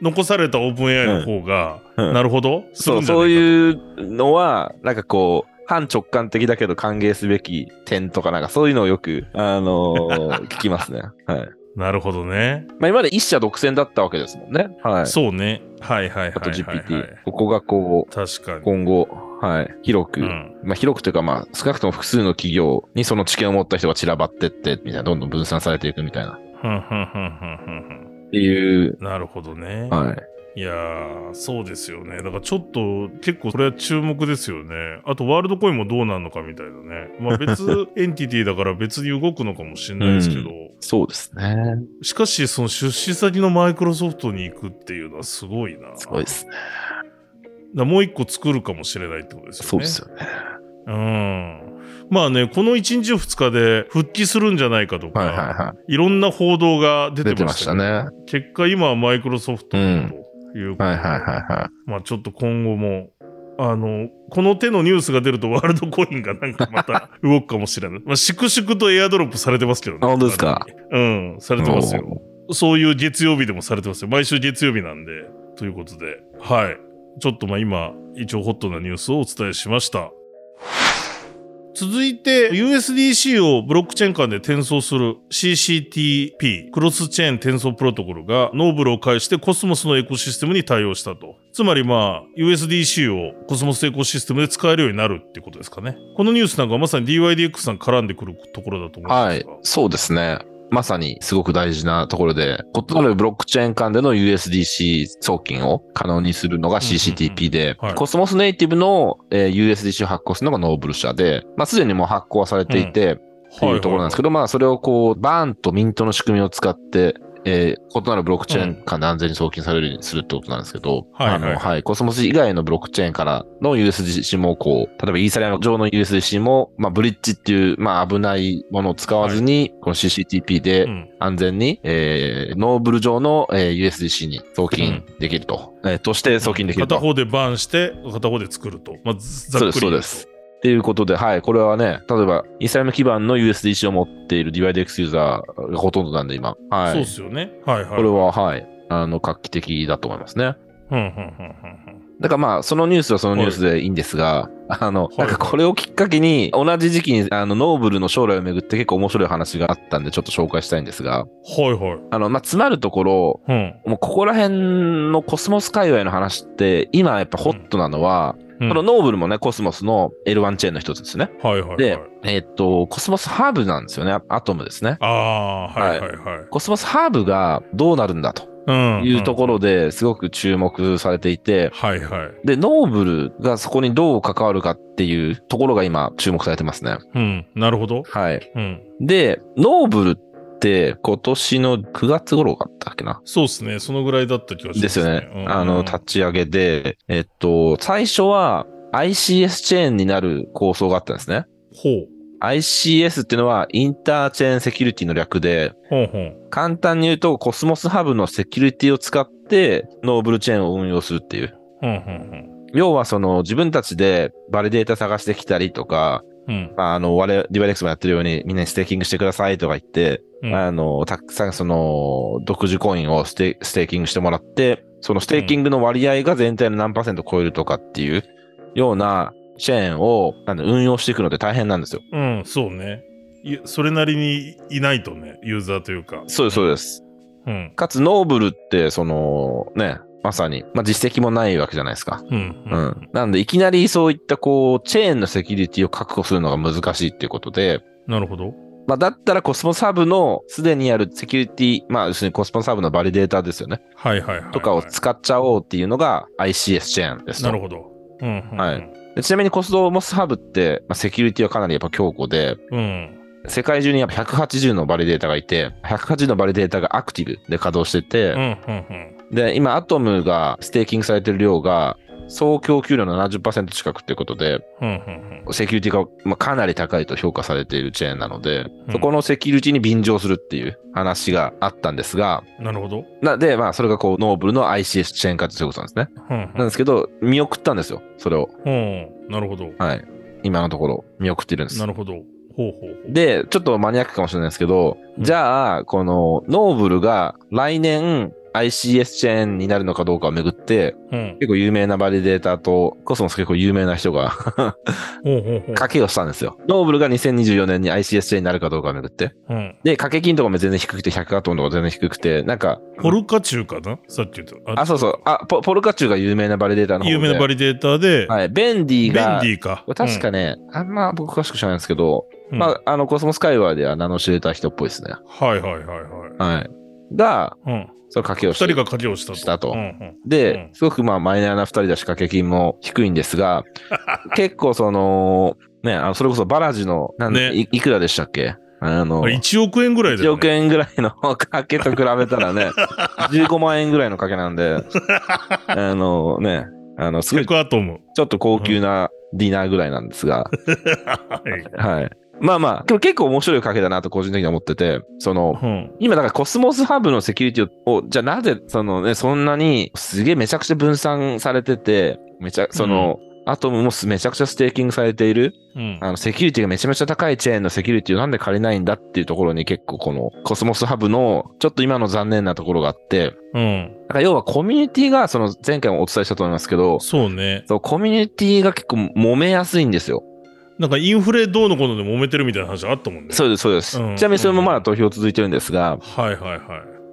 残されたオープン AI の方が、うんなるほど。そうそういうのはなんかこう反直感的だけど歓迎すべき点とかなんかそういうのをよく、あの <laughs> ー聞きますね。はいう。なるほどね。まあ、今まで一社独占だったわけですもんね。はい、そうね。はいはいはいあとはい、はい GPT。ここがこう確かに。今後、はい、広く、うんまあ、広くというか、まあ、少なくとも複数の企業にその知見を持った人が散らばってってみたいなどんどん分散されていくみたいなふんふんふんふんふんふんっていう、なるほどね。はい、いやー、そうですよね。だからちょっと結構これは注目ですよね。あとワールドコインもどうなるのかみたいなね。まあ別 <laughs> エンティティだから別に動くのかもしれないですけど、そうですね。しかしその出資先のマイクロソフトに行くっていうのはすごいな。すごいですね。だからもう一個作るかもしれないってことですよね。そうですよね。うん。まあね、この1日2日で復帰するんじゃないかとか、はいいはいはろんな報道が出い。出ててままし,、したたね。はい結果、今はマイクロソフトとうんいうことで、はいはいはまあちょっと今後も、あの、この手のニュースが出るとワールドコインがなんかま <laughs> た動くかもしれない。まあ、粛々とエアドロップされてますけどね。あ本当ですかうん、さい。れてますよ。そういう月曜日でもされてますよ。毎週月曜日なんで。ということで、はい。ちょっとまあ今、一応ホットなニュースをお伝えしました。続いて、USDC をブロックチェーン間で転送する CCTP、クロスチェーン転送プロトコルがノーブルを介してコスモスのエコシステムに対応したと。つまりまあ、USDC をコスモスエコシステムで使えるようになるっていうことですかね。このニュースなんかはまさに DYDX さん絡んでくるところだと思うんはですいが。、そうですね。まさにすごく大事なところで、異なるブロックチェーン間での USDC 送金を可能にするのが CCTP で、はいコスモスネイティブの、えー USDC を発行するのがノーブル社で、まあ、すでにもう発行はされていて、っていうところなんですけど、まあ、それをこう、バーンとミントの仕組みを使って、えー異なるブロックチェーン間で安全に送金されるようにするってことなんですけど、はいあはいの、はい、コスモス以外のブロックチェーンからの USDC もこう、例えばイーサリアム上の USDC も、まあ、ブリッジっていう、まあ、危ないものを使わずに、この CCTP でうん安全に、えーノーブル上の、えー USDC に送金できると、えーとして送金できると。片方でバーンして片方で作ると、まあ、ざそざうっくでりす、そうです。っていうことで、はい、これはね、例えば、イーサリアム基盤の USDC を持っている DYDX ユーザーがほとんどなんで、今。はそうい。ですよねはいはいこれは、はい、あの、画期的だと思いますね。うんうんうんだからまあ、そのニュースはそのニュースでいいんですが、あの、いなんかこれをきっかけに、同じ時期に、あの、ノーブルの将来をめぐって結構面白い話があったんで、ちょっと紹介したいんですが、うんはいはいあの、まあ、詰まるところ、うんもうここら辺のコスモス界隈の話って、今やっぱホットなのは、うんこのノーブルもね、コスモスの L1 チェーンの一つですね。はいはいはいで、えーっと、コスモスハーブなんですよね。アトムですね。ああーはいはいはい、コスモスハーブがどうなるんだとうんいうところろですごく注目されていて、はいはいで、ノーブルがそこにどう関わるかっていうところが今注目されてますね。うんなるほどはい。うんで、ノーブルって、今年の9月頃だったっけな。そうですね。そのぐらいだった気がしまですすよね。ね。うんあの、立ち上げで、えっと、最初は ICS チェーンになる構想があったんですね。ほう。 ICS っていうのはインターチェーンセキュリティの略で、ほんほん。簡単に言うとコスモスハブのセキュリティを使ってノーブルチェーンを運用するっていう。ほんほん要はその自分たちでバリデータ探してきたりとか、ほん。うん。まあ、あの、我々、ディバイレックスもやってるようにみんなにステーキングしてくださいとか言って、うんあの、たくさんその独自コインをステステーキングしてもらって、そのステーキングの割合が全体の何パーセント超えるとかっていうようなチェーンをなんだ運用していくので大変なんですよ。うん、そうね。いそれなりにいないとね、ユーザーというか。そうです、そうです。うん。かつ、ノーブルって、その、ね、まさに、まあ、実績もないわけじゃないですか。うん。うん。なんで、いきなりそういった、こう、チェーンのセキュリティを確保するのが難しいっていうことで、なるほど。まあ、だったらコスモサブのすでにあるセキュリティ、まあ、要するにコスモサブのバリデータですよね。はいはいはい、はい。とかを使っちゃおうっていうのが ICS チェーンですとなるほど。うん、うん。はい。でちなみにコスモサブって、まあ、セキュリティはかなりやっぱ強固で、うん。世界中にやっぱ180のバリデータがいて、180のバリデータがアクティブで稼働してて、うん、うん、で、今、アトムがステーキングされてる量が、総供給量の70%近くってことで、うん。うん、うん、セキュリティがまあかなり高いと評価されているチェーンなので、うんそこのセキュリティに便乗するっていう話があったんですが、うん。なるほど。なで、まあ、それがこう、ノーブルの ICS チェーン化ってそういうことなんですね。うん、なんですけど、見送ったんですよ、それを。うん。うんなるほど。はい。今のところ、見送ってるんですな。るほど。ほうほうほう。で、ちょっとマニアックかもしれないですけど、うんじゃあ、このノーブルが来年 ICS チェーンになるのかどうかをめぐって、うん。結構有名なバリデータと、コスモス結構有名な人が <laughs> ほうほうほう。賭けをしたんですよ。ノーブルが2024年に ICSJ になるかどうかをめぐって。うん。で、掛け金とかも全然低くて、100カトンとか全然低くて、なんか、ポルカチューかなさっき言った。あ、そうそう、あ、ポポルカチュが有名なバリデータの方で。有名なバリリデーターで、はい、ベンディベンデが、ィか。確かね、あんま僕詳しく知らないんですけど、うん、まあ、あの、コスモス界隈では名の知れた人っぽいですね。うんはいはいはいはい。はい。が、うん。その掛けを二して人が賭けをしたと。したとうんうんでう、んすごくまあマイナーな2人だし、掛け金も低いんで <laughs> すが、結構その、ね、あのそれこそバラジの、なんねいいくらでしたっけあの、あ1億円ぐらいだ1よ、億ね。円ぐらいの <laughs> 掛けと比べたらね、15万円ぐらいの掛けなんで、あのね、あの、すごいち100アトム。ょっと高級なディナーぐらいなんですが、はい。はい。まあまあ、でも結構面白い掛けだなと個人的には思ってて、その、うん。今だからコスモスハブのセキュリティを、じゃあなぜそのね、そんなにすげえめちゃくちゃ分散されてて、めちゃ、その、アトムもすめちゃくちゃステーキングされている、うん。あの、セキュリティがめちゃめちゃ高いチェーンのセキュリティをなんで借りないんだっていうところに結構このコスモスハブのちょっと今の残念なところがあって、うん。だから要はコミュニティがその前回もお伝えしたと思いますけど、そうね。そう、コミュニティが結構揉めやすいんですよ。なんかインフレどうのこうので揉めてるみたいな話あったもんね。そうです、そうです。うんちなみにそれもまだ投票続いてるんですが、はいはいはい。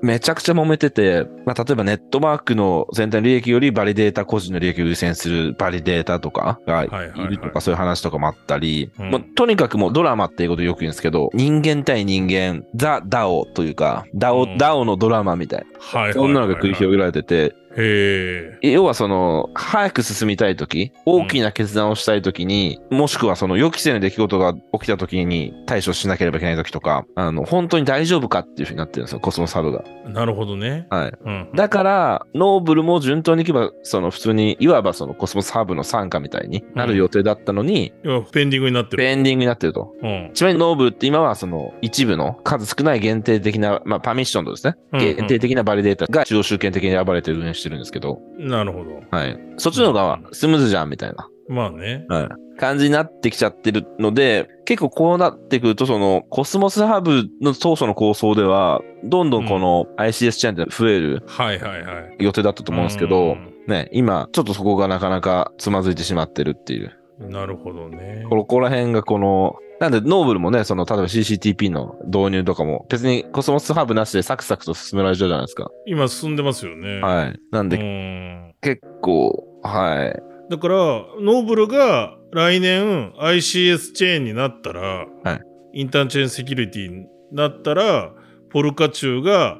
めちゃくちゃ揉めてて、まあ、例えばネットワークの全体の利益よりバリデータ個人の利益を優先するバリデータとかがいはいはいはいるとかそういう話とかもあったり、うんもうとにかくもうドラマっていうことよく言うんですけど、人間対人間、ザ・ダオというか、ダオ、うんダオのドラマみたいはいはいはい、はい。な、そんなのが繰り広げられてて、へえ。要はその、早く進みたいとき、大きな決断をしたいときに、もしくはその予期せぬ出来事が起きたときに対処しなければいけないときとか、あの、本当に大丈夫かっていうふうになってるんですよ、コスモサブが。なるほどね。はい。うん。だから、ノーブルも順当にいけば、その普通に、いわばそのコスモスハーブの傘下みたいになる予定だったのに、要はペンディングになってる。ペンディングになってると。うん。ちなみにノーブルって今はその一部の数少ない限定的な、まあパミッションとですね、うんうん限定的なバリデータが中央集権的に選ばれて運営してるんですけど、なるほど。はい。そっちの方がスムーズじゃんみたいな、まあね。はい、感じになってきちゃってるので、結構こうなってくると、そのコスモスハーブの当初の構想では、どんどんこの ICS チェーンって増えるはいはいはい。予定だったと思うんですけど、うんね、今、ちょっとそこがなかなかつまずいてしまってるっていう。なるほどね。ここら辺がこの、なんで、ノーブルもね、その、例えば CCTP の導入とかも、別にコスモスハーブなしでサクサクと進められちゃうじゃないですか。今進んでますよね。はい。なんで、うん。結構、はい。だから、ノーブルが来年 ICS チェーンになったら、はいインターンチェーンセキュリティになったら、ポルカチューが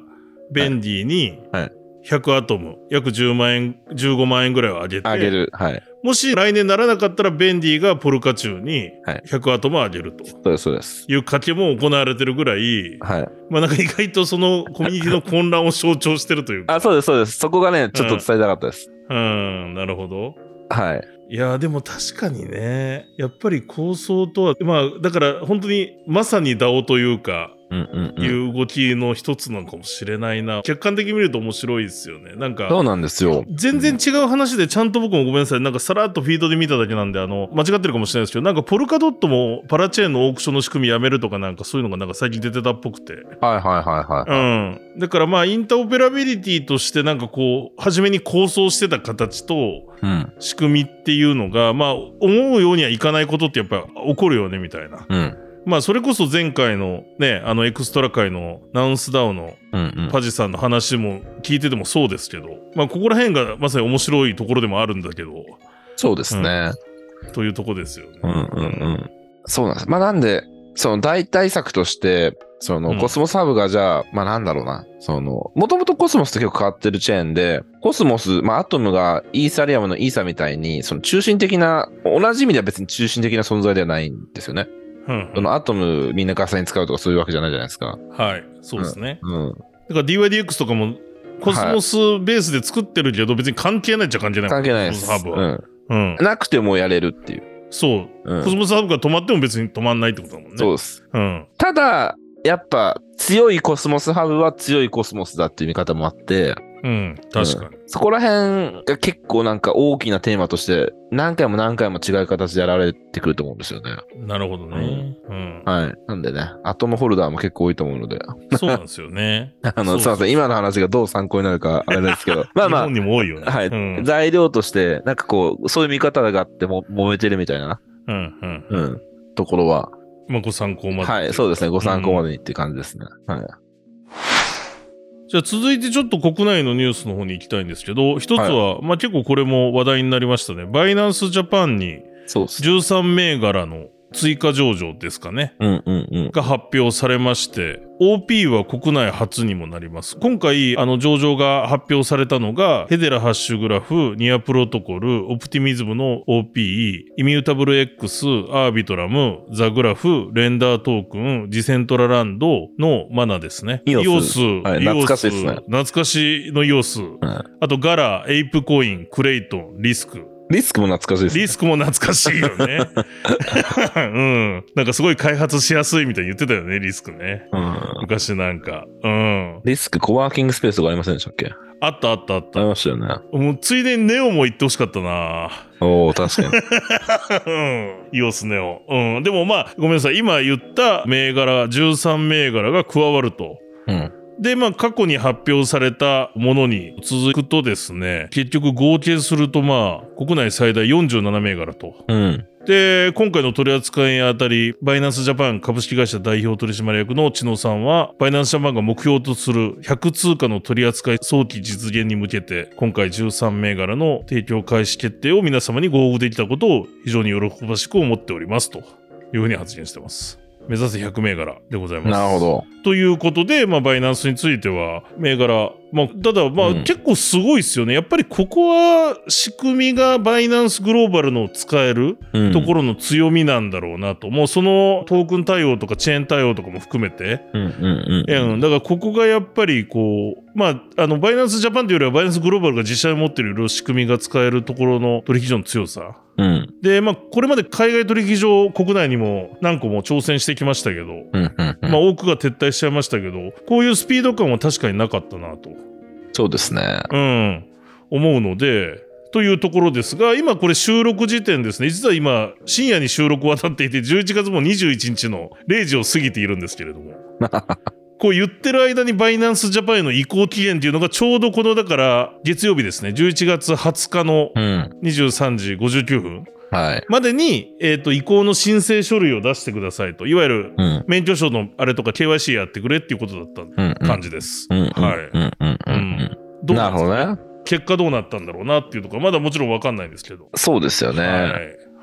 ベンディにはいはい引100アトム、約10万円、15万円ぐらいを上げて、あげる。はい。もし来年ならなかったら、ベンディがポルカチューにはい100アトムを上げると。そうです、そうです。いう賭けも行われてるぐらい、はい。まあなんか意外とそのコミュニティの混乱を象徴してると <laughs> いうか。あ、そうです、そうです。そこがね、ちょっと伝えたかったです。うん、なるほど。はい。いやーでも確かにねやっぱり構想とはまあだから本当にまさに DAO というか、うんうんうんいう動きの一つなのかもしれないな客観的に見ると面白いですよねなんそかうなんですよ。全然違う話でちゃんと僕もごめんなさいなんかさらっとフィードで見ただけなんであの間違ってるかもしれないですけどなんかポルカドットもパラチェーンのオークションの仕組みやめるとかなんかそういうのがなんか最近出てたっぽくてはいはいはいはい。うんだからまあインターオペラビリティとしてなんかこう初めに構想してた形とうん。仕組みっていうのが、まあ、思うようにはいかないことってやっぱ起こるよねみたいな。うん。まあ、それこそ前回のね、あのエクストラ界のナウンスダウのうんうん。パジさんの話も聞いててもそうですけど、まあ、ここら辺がまさに面白いところでもあるんだけど、そうですね。というとこですよね。うんうんうん。そうなんです。まあなんで、その代替策として、そのうんコスモサブがじゃあ、まあなんだろうな、その、もともとコスモスと結構変わってるチェーンで、コスモス、まあアトムがイーサリアムのイーサみたいに、その中心的な、同じ意味では別に中心的な存在ではないんですよね。うんそのアトムみんなガサに使うとかそういうわけじゃないじゃないですか。はい、そうですね。うん。だから DYDX とかもコスモスベースで作ってるけど、別に関係ないっちゃ関係ない。関係ないです。コスモスハブうは。ん。うん。なくてもやれるっていう。そう。うんコスモスハブが止まっても別に止まんないってことだもんね。そうです。うん。ただ、やっぱ強いコスモスハブは強いコスモスだっていう見方もあって、うん。確かに。そこら辺が結構なんか大きなテーマとして何回も何回も違う形で現れてくると思うんですよね。なるほどね。うん。はい。なんでね、アトムホルダーも結構多いと思う <laughs> ので、そうなんですよね。あその、うすいまそせん、今の話がどう参考になるかあれですけど、 <laughs> まあま日本にも多いよね。あ、はい。うん。材料として、なんかこう、そういう見方があっても揉めてるみたいな、うんうん。うん、ところは、まあ、ご参考まで。はい、そうですね、ご参考までにっていう感じですね。はい。じゃあ続いてちょっと国内のニュースの方に行きたいんですけど、一つは、まあ結構これも話題になりましたね。バイナンスジャパンにそうですね。 13銘柄の追加上場ですかね。うんうんうん。が発表されまして、OP は国内初にもなります。今回、あの、上場が発表されたのが、ヘデラハッシュグラフ、ニアプロトコル、オプティミズムの OP、イミュータブル X、アービトラム、ザグラフ、レンダートークン、ディセントラランドのマナですね。イオスはいイオス懐かしいですね懐かしのイオス。あと、ガラ、エイプコイン、クレイトン、リスク。リスクも懐かしいですね。リスクも懐かしいよね。 <laughs> うん。なんかすごい開発しやすいみたいに言ってたよね、リスクね。うん昔なんか。うん。リスク、コワーキングスペースとかありませんでしたっけあったあったあっありた。ましたよね。もうついでにネオも行ってほしかったなおお確かに。うん。イオスネオ。うん。でもまあ、ごめんなさい。今言った銘柄、13銘柄が加わると。 <laughs> うん。で、まあ、過去に発表されたものに続くとですね、結局合計するとまあ、国内最大47銘柄と。うん。で、今回の取り扱いにあたり、バイナンスジャパン株式会社代表取締役の知野さんは、バイナンスジャパンが目標とする100通貨の取り扱い早期実現に向けて、今回13銘柄の提供開始決定を皆様にご応募できたことを非常に喜ばしく思っておりますというふうに発言してます。目指せ100銘柄でございます。なるほ。ど。ということで、まあ、バイナンスについては、銘柄、まあ、ただ、まあ、うん結構すごいですよね。やっぱりここは仕組みがバイナンスグローバルの使えるうんところの強みなんだろうなと、もうそのトークン対応とかチェーン対応とかも含めて、うんうんう。うんん、だからここがやっぱりこう、まあ、あのバイナンスジャパンというよりはバイナンスグローバルが実際に持っているいろいろ仕組みが使えるところの取引所の強さ。うん。で、まあ、これまで海外取引所、国内にも何個も挑戦してきましたけど、うんうんうまあ、ん。多くが撤退しちゃいましたけど、こういうスピード感は確かになかったなと、そうですね。うん、思うので、というところですが、今これ収録時点ですね、実は今、深夜に収録はたっていて、11月も21日の0時を過ぎているんですけれど <laughs> も。こう言ってる間にバイナンスジャパンへの移行期限っていうのがちょうどこのだから月曜日ですね11月20日のうん。 23時59分はい。までに、えー、と移行の申請書類を出してくださいといわゆるうん。免許証のあれとか KYC やってくれっていうことだったうん。感じです。うん。はいうんうんうんうんうどん。うななんでるすほかどね。結果どうなったんだろうなっていうところはまだもちろんわかんないんですけど。そうですよはね。い。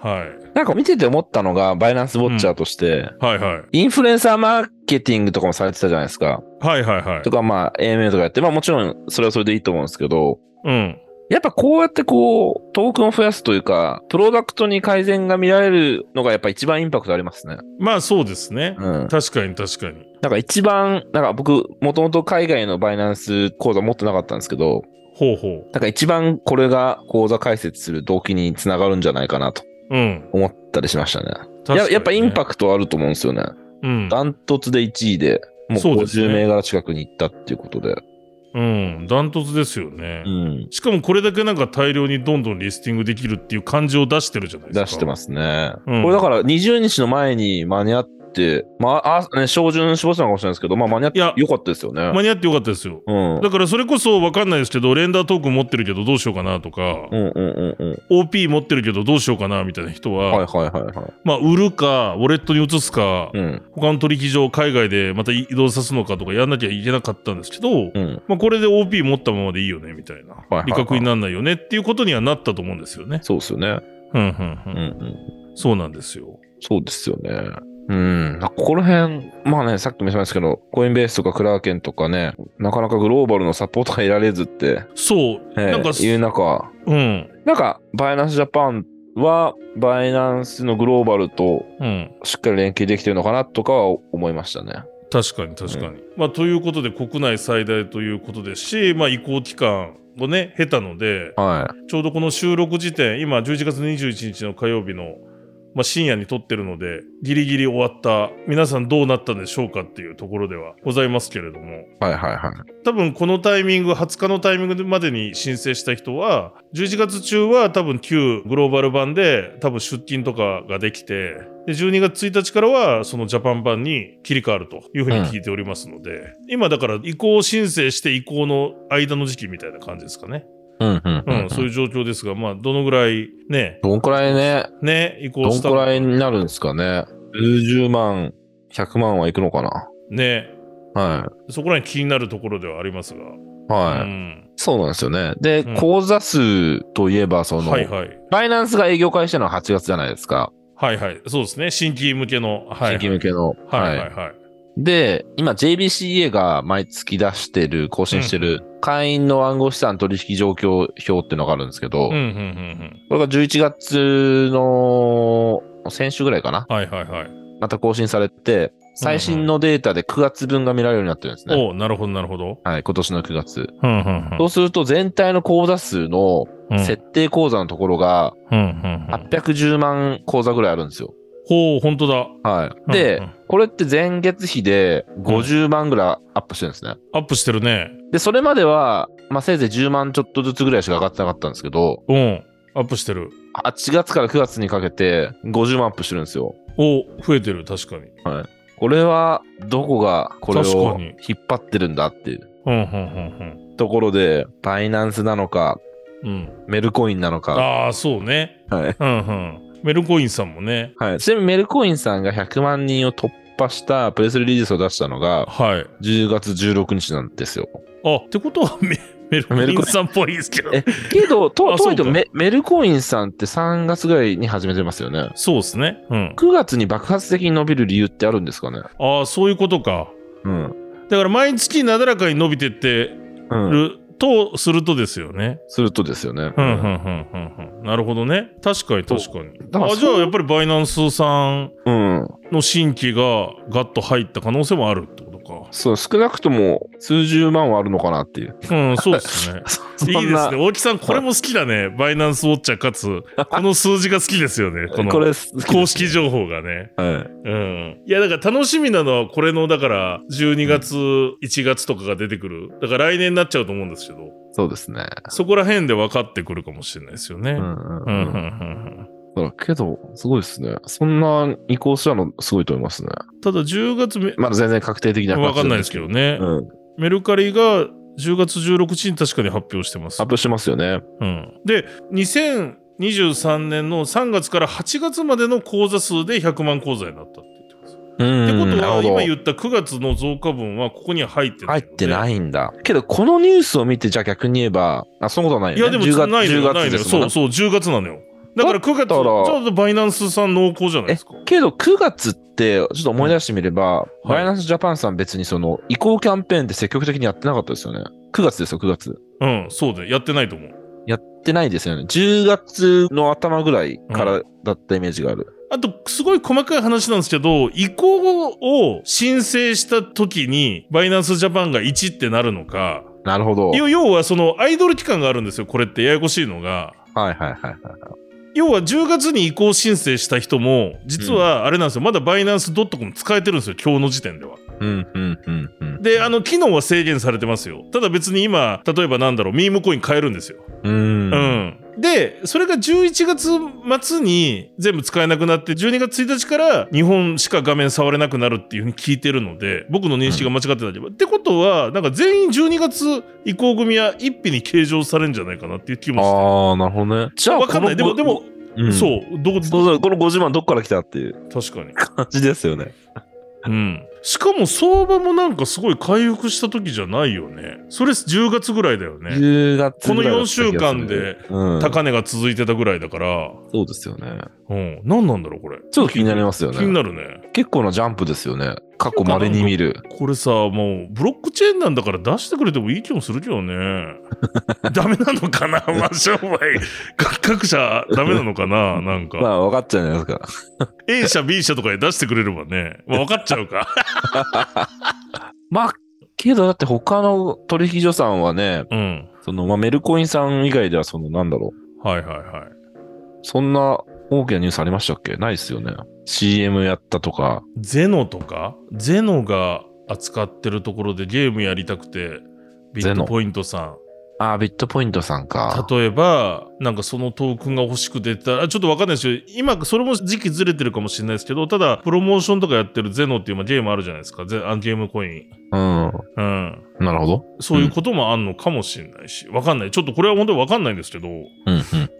はい。なんか見てて思ったのが、バイナンスウォッチャーとして、はいはい。インフルエンサーマーケティングとかもされてたじゃないですか。はいはいはいと。か、まあ、AMA とかやって、まあもちろん、それはそれでいいと思うんですけど、うん。やっぱこうやってこう、トークンを増やすというか、プロダクトに改善が見られるのがやっぱ一番インパクトありますね。まあそうですね。うん。確かに確かに。なんか一番、なんか僕、もともと海外のバイナンス口座持ってなかったんですけど、ほうほう。なんか一番これが口座開設する動機につながるんじゃないかなとうん。思ったりしましたね。確ややっぱインパククトあると思うんですよね。ト。うん。ダントツで1位で、もうそうですね50銘柄近くに行ったっていうことで。うん。ダントツですよね。うん。しかもこれだけなんか大量にどんどんリスティングできるっていう感じを出してるじゃないですか。出してますね。うんこれだから20日の前に間に合って、まあ、あ、ね、照準絞ってたのかもしれないですけど、まあ間に合っていやよかったですよね。間に合ってよかったですよ。うん。うんだからそれこそ分かんないですけど、レンダートークン持ってるけどどうしようかなとか、うんうんうん。 OP 持ってるけどどうしようかなみたいな人は、はいはいはいはい。まあ売るか、ウォレットに移すか、うん。他の取引所を海外でまた移動さすのかとかやんなきゃいけなかったんですけど、うん。まあこれで OP 持ったままでいいよねみたいな、いはいはい利確にならないよねっていうことにはなったと思うんですよね。そうですよね。うんうんううんんうん。そうなんですよ。そうですよね。うん。ここら辺、まあね、さっきも言いましたけど、コインベースとかクラーケンとかね、なかなかグローバルのサポートが得られずって、そう、ええなんかいう中、うんなんか、バイナンスジャパンは、バイナンスのグローバルとうんしっかり連携できてるのかなとかは思いましたね。確かに確かに、まあということで国内最大ということですし、まあ、移行期間をね経たのではちょうどこの収録時点今11月21日の火曜日の、まあ、深夜に撮ってるのでギリギリ終わった皆さんどうなったんでしょうかっていうところではございますけれどもい。はいはいはい。多分このタイミング20日のタイミングまでに申請した人は11月中は多分旧グローバル版で多分出勤とかができてで12月1日からはそのジャパン版に切り替わるというふうに聞いておりますので、今だから移行申請して移行の間の時期みたいな感じですかね、うんうんうんそういう状況ですがまあどのぐらいねどんくらいね、ね移ど行んしたくらいになるんですかね。数十万、100万はいくのかな。ねはそこら辺気になるところではありますが、い。はい。うん、そうなんですよね。で、うん口座数といえば、その、はいはいバイナンスが営業開始したのは8月じゃないですか。はいはいそうですね新規向けのはい新規向けの。はいはいはいで、今 JBCA が毎月出してる、更新してる、会員の暗号資産取引状況表っていうのがあるんですけど、うんうんうんこれが11月の先週ぐらいかな。うん。はいはいはい。また更新されて、最新のデータで9月分が見られるようになってるんですね。おうなるほどなるほど。はい、今年の9月。うんうんそうすると全体の口座数のうん。設定口座のところがうんうんうん。 810万口座ぐらいあるんですよ。ほう、本当だ。はい。うでんうん、これって前月比で50万ぐらいアップしてるんですね。アップしてるね。で、それまでは、まあ、せいぜい10万ちょっとずつぐらいしか上がってなかったんですけど、うん。アップしてる。 8月から9月にかけて50万アップしてるんですよ。お増えてる、確かに。これは、どこがこれを確かに引っ張ってるんだっていううんうんところで、バイナンスなのか、うんうん。うん。メルコインなのか。ああ、そうね。はい。うんうん。メルコインさんもね。はい。ちなみにメルコインさんが100万人を突破したプレスリリースを出したのが、はい。 10月16日なんですよ。あってことは <laughs> メメルコインさんっぽいですけど。え、けど、と、あとそはういかとメメルコインさんって3月ぐらいに始めてますよね。そうですね。うん。 9月に爆発的に伸びる理由ってあるんですかねああ、そういうことか。うん。だから毎月なだらかに伸びてってうん。るとするとですよね。するとですよね。うんうんうんうんうんなるほどね。確かに確かに。だからあじゃあやっぱりバイナンスさんうん。うん。の新規がガッと入った可能性もあるってことか。そう、少なくとも数十万はあるのかなっていう。。うん、そうですね <laughs> そいいんですなね。大木さん、これも好きだね。バイナンスウォッチャーかつ、この数字が好きですよね。ここのれ、好き公式情報がね。はうい。ん。いや、だから楽しみなのは、これの、だから、12月、1月とかが出てくる。だから来年になっちゃうと思うんですけど、そうですね。そこら辺で分かってくるかもしれないですようね。んうんう、うん。うん、うんん。だからけど、すごいですね。そんな移行したのすごいと思いますね。ただ10月め、まだ全然確定的なわかんないですけどね、うん。メルカリが10月16日に確かに発表してますアッ。プしてますよね。うん、で、2023年の3月から8月までの口座数で100万口座になったって言ってます。うん。ってことなるほは、ど今言った9月の増加分はここには入ってない入ので。。ってないいんだ。けど、このニュースを見て、じゃあ逆に言えば、あ、そんなことはないいや、よでね。も10月ないのよ、 10ないの月でよ。すもんそうね。そう、10月なのよ。だから9月、ちだったらょうどバイナンスさん濃厚じゃないですか。けど9月って、ちょっと思い出してみれば、いバイナンスジャパンさん別にその移行キャンペーンって積極的にやってなかったですよね。9月ですよ、9月。うん、そうで、やってないと思う。やってないですよね。10月の頭ぐらいからだったイメージがある。あと、すごい細かい話なんですけど、移行を申請した時に、バイナンスジャパンが1ってなるのか、なるほど。はい要要はそのアイドル期間があるんですよ、これってややこしいのが。はいはいはい。要は10月に移行申請した人も、実はあれなんですよ、まだバイナンス .com 使えてるんですよ、今日の時点では。うんうんうんうん。で、あの、機能は制限されてますよ。ただ別に今、例えばなんだろう、ミームコイン買えるんですよ。うん。うん。で、それが11月末に全部使えなくなって、12月1日から日本しか画面触れなくなるっていうふうに聞いてるので、僕の認識が間違ってたけど、ってことは、なんか全員12月移行組は一匹に計上されるんじゃないかなっていう気もして。ああ、なるほどね。じゃあ、わかんない。でこのも、でも、、うんそう。、どこ、そうそうこの50万どっから来たっていう確かに。感じですよね。うん。しかも相場もなんかすごい回復した時じゃないよね。それ10月ぐらいだよね。 10月ぐらいだった気がするこの4週間で、うん、高値が続いてたぐらいだから。そうですよね。うん。何なんだろう、これ。ちょっと気になりますよ気にね。なるね。結構なジャンプですよね。過去まれに見る。これさ、もう、ブロックチェーンなんだから出してくれてもいい気もするけど <laughs> ね。ダメなのかなまあ、商売、各各社、ダメなのか <laughs> ななんか。まあ、分かっちゃうじゃないですか。 A 社、B 社とかで出してくれればね。まあ、分かっちゃう <laughs> か。まあ、けどだって他の取引所さんはね、うん。その、まあ、メルコインさん以外では、その、なんだろう。はいはいはい。そんな大きなニュースありましたっけないですよね。CM やったとか。ゼノとかゼノが扱ってるところでゲームやりたくて、ビッゼトノポイントさん。ああ、ビットポイントさんか。例えば、なんかそのトークンが欲しくてたら、あちょっとわかんないですよ。今、それも時期ずれてるかもしれないですけど、ただ、プロモーションとかやってるゼノっていうまあゲームあるじゃないですか。ゼあゲームコイン。うん。うん。なるほど。そういうこともあんのかもしれないし、わかんない。ちょっとこれは本当にわかんないんですけど、うん、うん。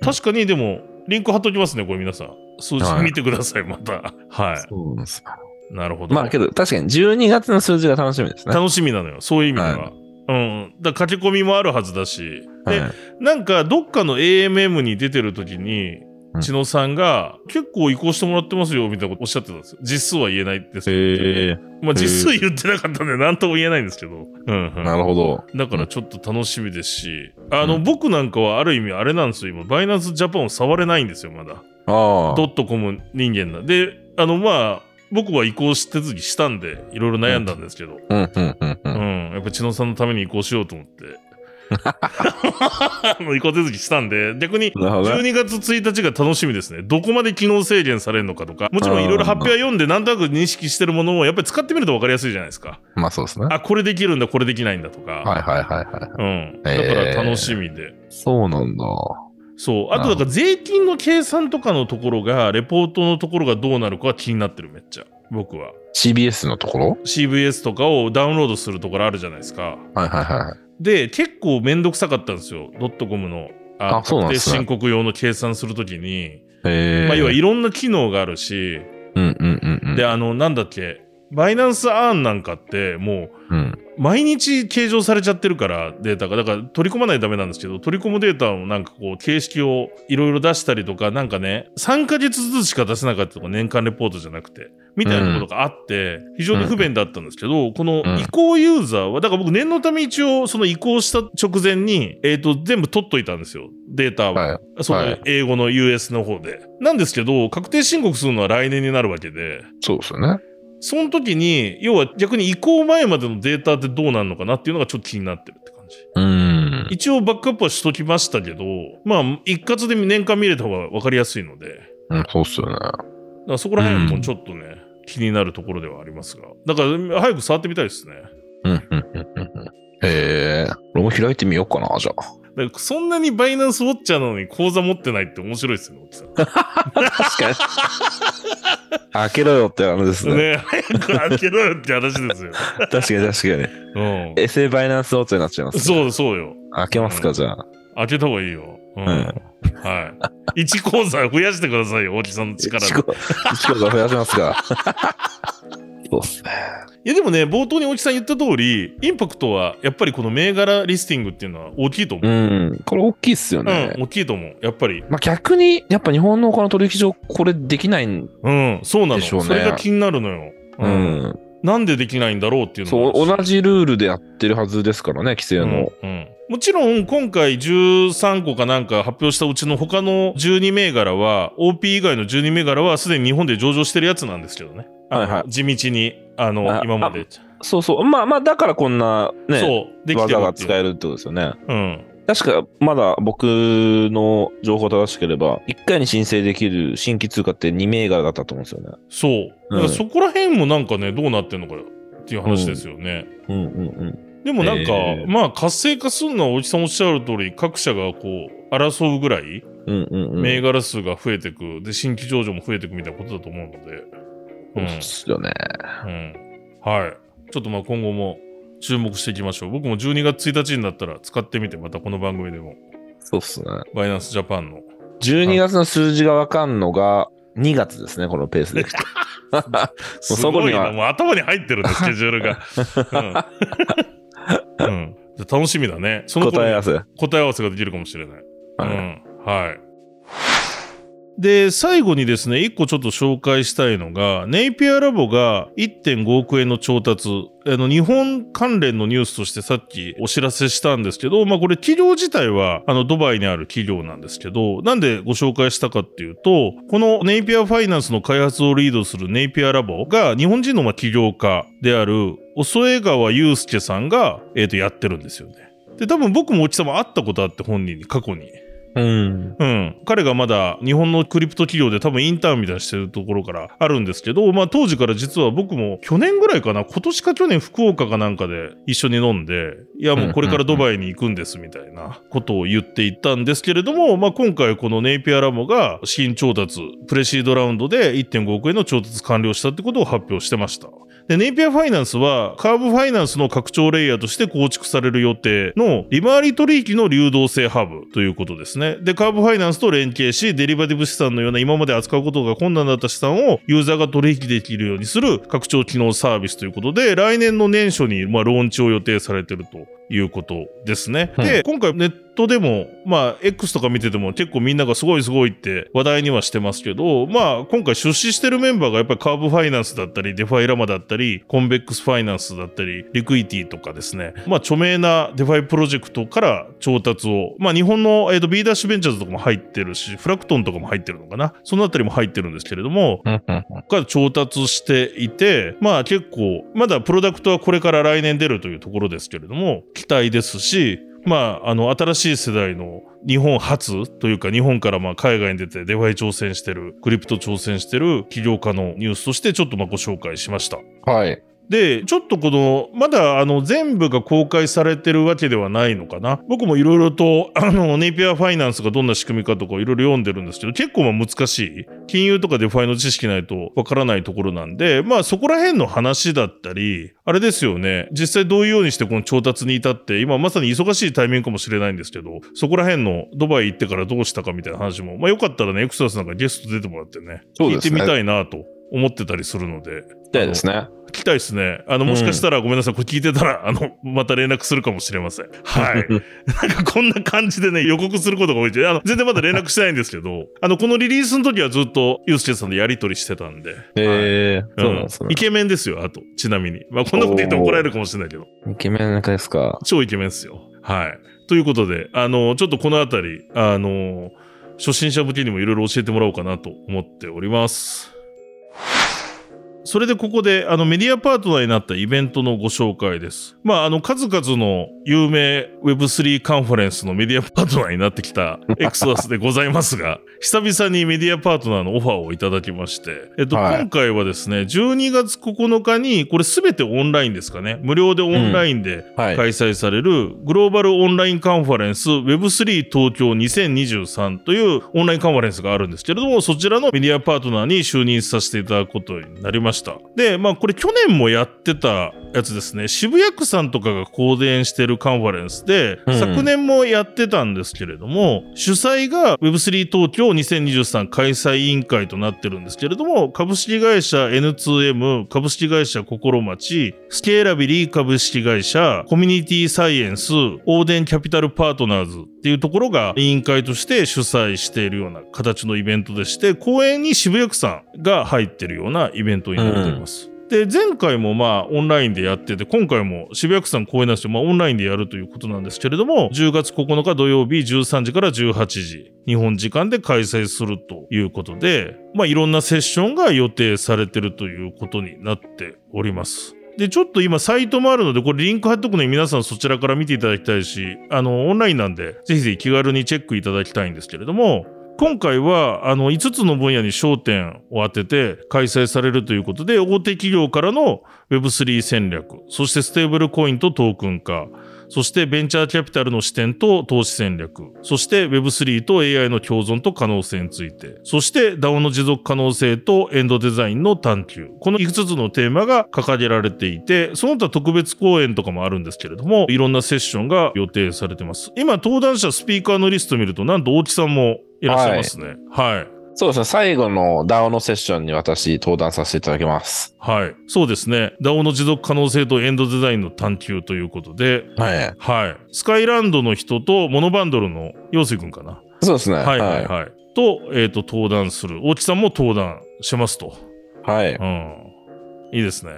確かにでも、リンク貼っときますね、これ皆さん。数字はい見てください、また。はそうなんですよい。なるほど。まあけど、確かに12月の数字が楽しみですね。楽しみなのよそういう意味では、はうんだから書き込みもあるはずだし、ではいなんかどっかの AMM に出てる時にうん千野さんが結構移行してもらってますよみたいなことおっしゃってたんですよ実数は言えないですけど、へまあ実数言ってなかったんで何とも言えないんですけど、うんうえ、んなるほど。だからちょっと楽しみですし、あうのん僕なんかはある意味あれなんですよ今バイナンスジャパンを触れないんですよまだあドットコム人間なんであのまあ僕は移行して次したんでいろいろ悩んだんですけど、あ。うん、うん、うん、う。うんん、やっぱ千野さんのために移行しようと思 <laughs> って。 <laughs> あの移行手続きしたんで、逆になるほどね。 12月1日が楽しみですね。どこまで機能制限されるのかとか、もちろんいろいろ発表は読んで、なんとなく認識してるものをやっぱり使ってみると分かりやすいじゃないですか。まあそうですね。あ、これできるんだ、これできないんだとか。はい、はい、はい、はい。うん。えだーから楽しみで。そうなんだ。そう。あと、だから税金の計算とかのところが、レポートのところがどうなるかは気になってる、めっちゃ。僕は。 CBS のところ CVS とかをダウンロードするところあるじゃないですか。はい、はい、はい。で、結構めんどくさかったんですよ。ドットコムの。ああそうなん確定ですね申告用の計算するときに、へえ。まあ、要はいい。ろんな機能があるし、うん、うん、うん、うん。で、あの、なんだっけ、バイナンスアーンなんかって、もうん。う、毎日計上されちゃってるから、データが。だから、取り込まないとダメなんですけど、取り込むデータをなんかこう、形式をいろいろ出したりとか、なんかね、3ヶ月ずつしか出せなかったとか、年間レポートじゃなくて、みたいなことがあって、非常に不便だったんですけど、このうん移行ユーザーは、だから僕、念のため一応、その移行した直前に、えっ、と、全部取っといたんですよ、データは。はい。そはのい英語の US の方で。なんですけど、確定申告するのは来年になるわけで、そうですよね。その時に、要は逆に移行前までのデータってどうなるのかなっていうのがちょっと気になってるって感じ。うん。一応バックアップはしときましたけど、まあ、一括で年間見れた方が分かりやすいので、うん、そうっすよね。だからそこら辺もちょっとね、気になるところではありますが。だから、早く触ってみたいですね。うん、うん、うん、うんうん。へえ。俺も開いてみようかな、じゃあ。だからそんなにバイナンスウォッチャーなのに口座持ってないって面白いですよね、おじさん。 <laughs> 確かに。 <laughs> 開けろよって話ですね。ね早く開けろよって話ですよ。確かに確かに。 <laughs> うん。エセバイナンスオートになっちゃいます、そうそうよ。開けますか、じゃあ。開けた方がいいよ。うん。うんはい。1口座増やしてくださいよ、大木さんの力で。 <laughs> 一個一個が増やしますか。そうっすね。いやでもね、冒頭に大木さん言った通り、インパクトはやっぱりこの銘柄リスティングっていうのは大きいと思うう。ん。これ大きいっすようん、ね。大きいと思う。やっぱり。まあ、逆に、やっぱ日本の他の取引所、これできないん、うん、そうなの。でしょうねそれが気になるのよ。う。ん。なんでできないんだろうっていうのそう、が同じルールでやってるはずですからね、規制の。うんうんもちろん今回13個かなんか発表したうちの他の12銘柄は OP 以外の12銘柄はすでに日本で上場してるやつなんですけどね、はいはい地道にあのあ今まで、そうそう。まあまあ、だからこんな、ね、そうできてる技っがて使いうえるってことですよね。うん確か、まだ僕の情報正しければ、1回に申請できる新規通貨って2銘柄だったと思うんですよね。そうだからうんそこら辺もなんかねどうなってんのかよっていう話ですよね、うんうんでもなんか、えーまあ活性化するのは大木さんおっしゃる通り各社がこう争うぐらいうん。うんうんうん。銘柄数が増えてく、で新規上場も増えてくみたいなことだと思うので、うんそうっすよね。うんはい。ちょっとまあ今後も注目していきましょう。僕も12月1日になったら使ってみて、またこの番組でも、そうっすね。バイナンスジャパンの。 12月の数字がわかんのが2月ですね、このペース <laughs> でいくと。すそごこいにはな。もう頭に入ってるんでスケジュールが。 <laughs> うん。うんじゃあ楽しみだね。その <laughs> 答頃え合わにせ。は答え合わせができるかもしれない。ういんはい。で、最後にですね、一個ちょっと紹介したいのが、ネイピアラボが1.5億円の調達、あの、日本関連のニュースとしてさっきお知らせしたんですけど、まあこれ企業自体は、あの、ドバイにある企業なんですけど、なんでご紹介したかっていうと、このネイピアファイナンスの開発をリードするネイピアラボが、日本人のまあ起業家である、細江川祐介さんが、えっ、と、やってるんですよね。で、多分僕も大木さんも会ったことあって、本人に、過去に。うん。うん、彼がまだ日本のクリプト企業で多分インターンみたいにしてるところからあるんですけど、まあ、当時から実は僕も去年ぐらいかな今年か去年福岡かなんかで一緒に飲んでいやもうこれからドバイに行くんですみたいなことを言っていったんですけれども、まあ、今回このネイピアラモが資金調達プレシードラウンドで1.5億円の調達完了したってことを発表してました。で、ネイピアファイナンスは、カーブファイナンスの拡張レイヤーとして構築される予定の、利回り取引の流動性ハブということですね。で、カーブファイナンスと連携し、デリバティブ資産のような今まで扱うことが困難だった資産をユーザーが取引できるようにする拡張機能サービスということで、来年の年初に、まあ、ローンチを予定されてるということですね。うんで、今回ネットでも、まあ、X とか見てても結構みんながすごいすごいって話題にはしてますけど、まあ、今回出資してるメンバーがやっぱりカーブファイナンスだったり、デファイラマだったり、コンベックスファイナンスだったり、リクイティとかですね、まあ、著名なデファイプロジェクトから調達を、まあ、日本の、えー、と B ダッシュベンチャーズとかも入ってるし、フラクトンとかも入ってるのかな。そのあたりも入ってるんですけれども、うんうんが調達していて、まあ結構、まだプロダクトはこれから来年出るというところですけれども、期待ですし、まあ、あの、新しい世代の日本初というか、日本からまあ海外に出てデファイ挑戦してる、クリプト挑戦してる起業家のニュースとしてちょっとまあご紹介しました。はい。で、ちょっとこの、まだあの全部が公開されてるわけではないのかな。僕もいろいろと、 <clears throat> あの、ネイピアファイナンスがどんな仕組みかとかいろいろ読んでるんですけど、結構まあ難しい。金融とかデファイの知識ないとわからないところなんで、まあそこら辺の話だったり、あれですよね。実際どういうようにしてこの調達に至って、今まさに忙しいタイミングかもしれないんですけど、そこら辺のドバイ行ってからどうしたかみたいな話も、まあよかったらね、エクサスなんかゲスト出てもらってね、そう聞でいてすねみたいなと思ってたりするので。でですね。聞きたいですね。あの、もしかしたら、ごめんなさい。これ聞いてたら、あの、また連絡するかもしれません。はい。なんかこんな感じでね、予告することが多いんで、あの、全然まだ連絡してないんですけど、あの、このリリースの時はずっと、ユースケさんとやりとりしてたんで。はいえー、そうなんですんイね。ケメンですよ、あと。ちなみに。まあ、こんなこと言って怒られるかもしれないけど。イケメン中ですか。超イケメンですよ。はい。ということで、あの、ちょっとこのあたり、あの、初心者向けにもいろいろ教えてもらおうかなと思っております。それでここで、あの、メディアパートナーになったイベントのご紹介です。まあ、あの、数々の有名 Web3 カンファレンスのメディアパートナーになってきた <laughs> エクソダスでございますが、久々にメディアパートナーのオファーをいただきまして、えっと、はい今回はですね、12月9日に、これすべてオンラインですかね、無料でオンラインではい。開催されるグローバルオンラインカンファレンス Web3 東京2023というオンラインカンファレンスがあるんですけれども、そちらのメディアパートナーに就任させていただくことになりました。で、まあこれ去年もやってたやつですね渋谷区さんとかが講演してるカンファレンスで、うん昨年もやってたんですけれども主催が Web3 東京2023開催委員会となってるんですけれども株式会社 N2M 株式会社心町スケーラビリー株式会社コミュニティサイエンスオーデンキャピタルパートナーズっていうところが委員会として主催しているような形のイベントでして公演に渋谷区さんが入ってるようなイベントになっています。で前回もまあオンラインでやってて今回も渋谷区さん公演なんですよ、まあ、オンラインでやるということなんですけれども10月9日土曜日13時から18時日本時間で開催するということで、まあ、いろんなセッションが予定されてるということになっております。でちょっと今サイトもあるのでこれリンク貼っとくので皆さんそちらから見ていただきたいしあのオンラインなんでぜひぜひ気軽にチェックいただきたいんですけれども今回はあの5つの分野に焦点を当てて開催されるということで大手企業からの Web3 戦略そしてステーブルコインとトークン化そしてベンチャーキャピタルの視点と投資戦略そして Web3 と AI の共存と可能性についてそして DAO の持続可能性とエンドデザインの探求この5つのテーマが掲げられていてその他特別講演とかもあるんですけれどもいろんなセッションが予定されてます今登壇者スピーカーのリスト見るとなんと大木さんもいらっしゃいますね。はい。そうですね。最後の DAO のセッションに私登壇させていただきます。はい。そうですね。DAO の持続可能性とエンドデザインの探求ということで、はい。はい。スカイランドの人と、モノバンドルの陽水くんかな。そうですね。はいははいい。はい。と、えっ、と、登壇する。大木さんも登壇しますと。はい。うん。いいですね。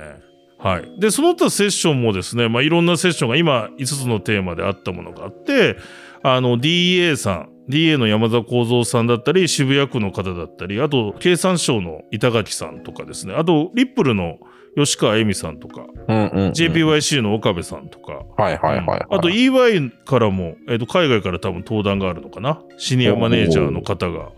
はい。で、その他セッションもですね、まあ、いろんなセッションが今5つのテーマであったものがあって、あの、DA さん、DA の山田幸三さんだったり、渋谷区の方だったり、あと、経産省の板垣さんとかですね、あと、リップルの吉川恵美さんとか、うんうんうん。 JPYC の岡部さんとか、はいはいはいはい。あと EY からも、えー、と海外から多分登壇があるのかなシニアマネージャーの方が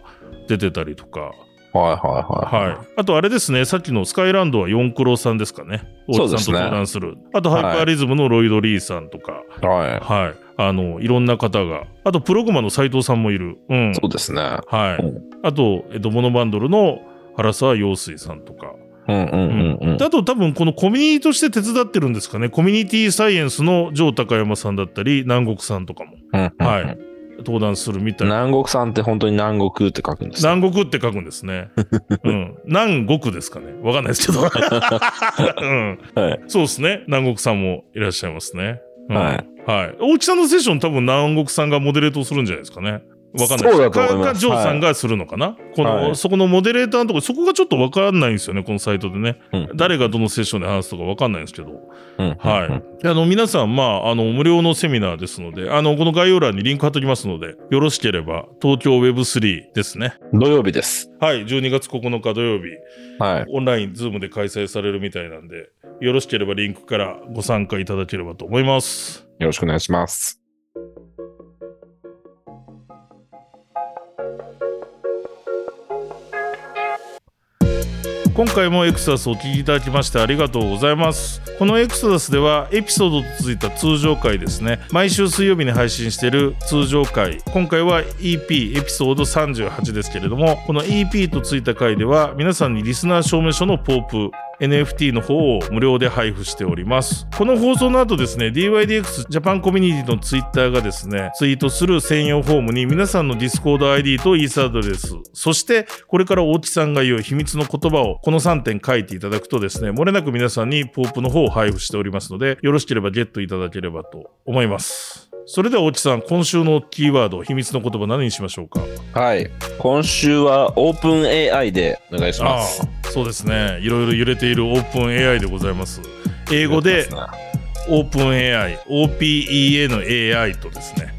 出てたりとか、はいはいはい。はい、あとあれですねさっきのスカイランドは四クロさんですかねそ大う木でさすんとね登壇するあとハイパーリズムのロイド・リーさんとか、い。はい。はいあのいろんな方があとプログマの斉藤さんもいる、うんそうですね。はいうんあと、えっとモノバンドルの原沢陽水さんとか、うんうんうんうん。だと多分このコミュニティとして手伝ってるんですかねコミュニティサイエンスの城高山さんだったり南国さんとかもうんうんはい。登壇するみたいな。南国さんって本当に南国って書くんですね南国って書くんです <laughs> ね。うん。南国ですかね。わかんないですけど。うん。はい。そうですね。南国さんもいらっしゃいますね。うんはい。はい。大木さんのセッション多分南国さんがモデレートをするんじゃないですかね。わかんないそうだと思いますかかジョーさんがするのかな、この、はいそこのモデレーターのところ、そこがちょっとわかんないんですよね、このサイトでね。うん誰がどのセッションで話すとかわかんないんですけど。うんはい。であの、皆さん、まあ、あの、無料のセミナーですので、あの、この概要欄にリンク貼っておきますので、よろしければ、東京 Web3 ですね。うん土曜日です。はい。12月9日土曜日、はい。オンライン、ズームで開催されるみたいなんで、よろしければリンクからご参加いただければと思います。よろしくお願いします。今回もエクサスをお聞きいただきましてありがとうございますこのエクサスではエピソードとついた通常回ですね毎週水曜日に配信している通常回今回は EP エピソード38ですけれどもこの EP とついた回では皆さんにリスナー証明書のポープ NFT の方を無料で配布しております。この放送の後ですね、DYDX ジャパンコミュニティのツイッターがですね、ツイートする専用フォームに皆さんの Discord ID とイーサアドレス、そしてこれから大木さんが言う秘密の言葉をこの3点書いていただくとですね、漏れなく皆さんにポープの方を配布しておりますので、よろしければゲットいただければと思います。それでは大木さん、今週のキーワード、秘密の言葉何にしましょうかはい。今週はオープン AI でお願いします。ああそうですね。いろいろ揺れているオープン AI でございます。英語ではオープン AI、OPEA の AI とですね、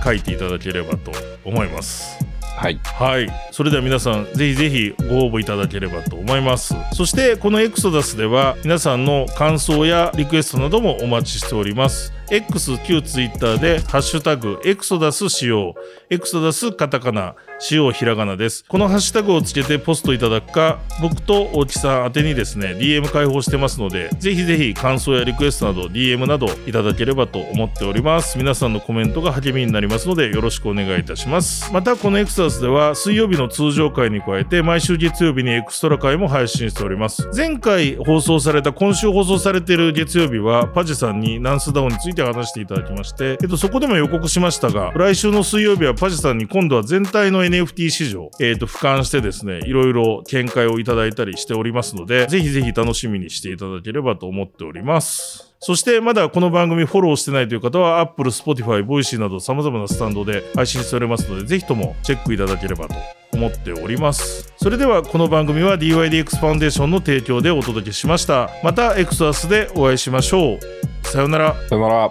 い。書いていただければと思います。はい。はい。それでは皆さん、ぜひぜひご応募いただければと思います。そして、このエクソダスでは、皆さんの感想やリクエストなどもお待ちしております。X、旧 Twitter で、ハッシュタグ、エクソダス使用、エクソダスカタカナ、塩ひらがなです。このハッシュタグをつけてポストいただくか、僕と大木さん宛てにですね、DM 開放してますので、ぜひぜひ感想やリクエストなど、DM などいただければと思っております。皆さんのコメントが励みになりますので、よろしくお願いいたします。また、このエクサスでは、水曜日の通常回に加えて、毎週月曜日にエクストラ回も配信しております。前回放送された、今週放送されている月曜日は、パジェさんにナンスダウンについて話していただきまして、えっと、そこでも予告しましたが、来週の水曜日はパジェさんに今度は全体の NFT 市場、えっと、俯瞰してですね、いろいろ見解をいただいたりしておりますので、ぜひぜひ楽しみにしていただければと思っております。そしてまだこの番組フォローしてないという方は Apple、Spotify、Voicy など様々なスタンドで配信しておりますのでぜひともチェックいただければと思っておりますそれではこの番組は DYDX ファンデーションの提供でお届けしましたまたエクソアスでお会いしましょうさようならさよなら。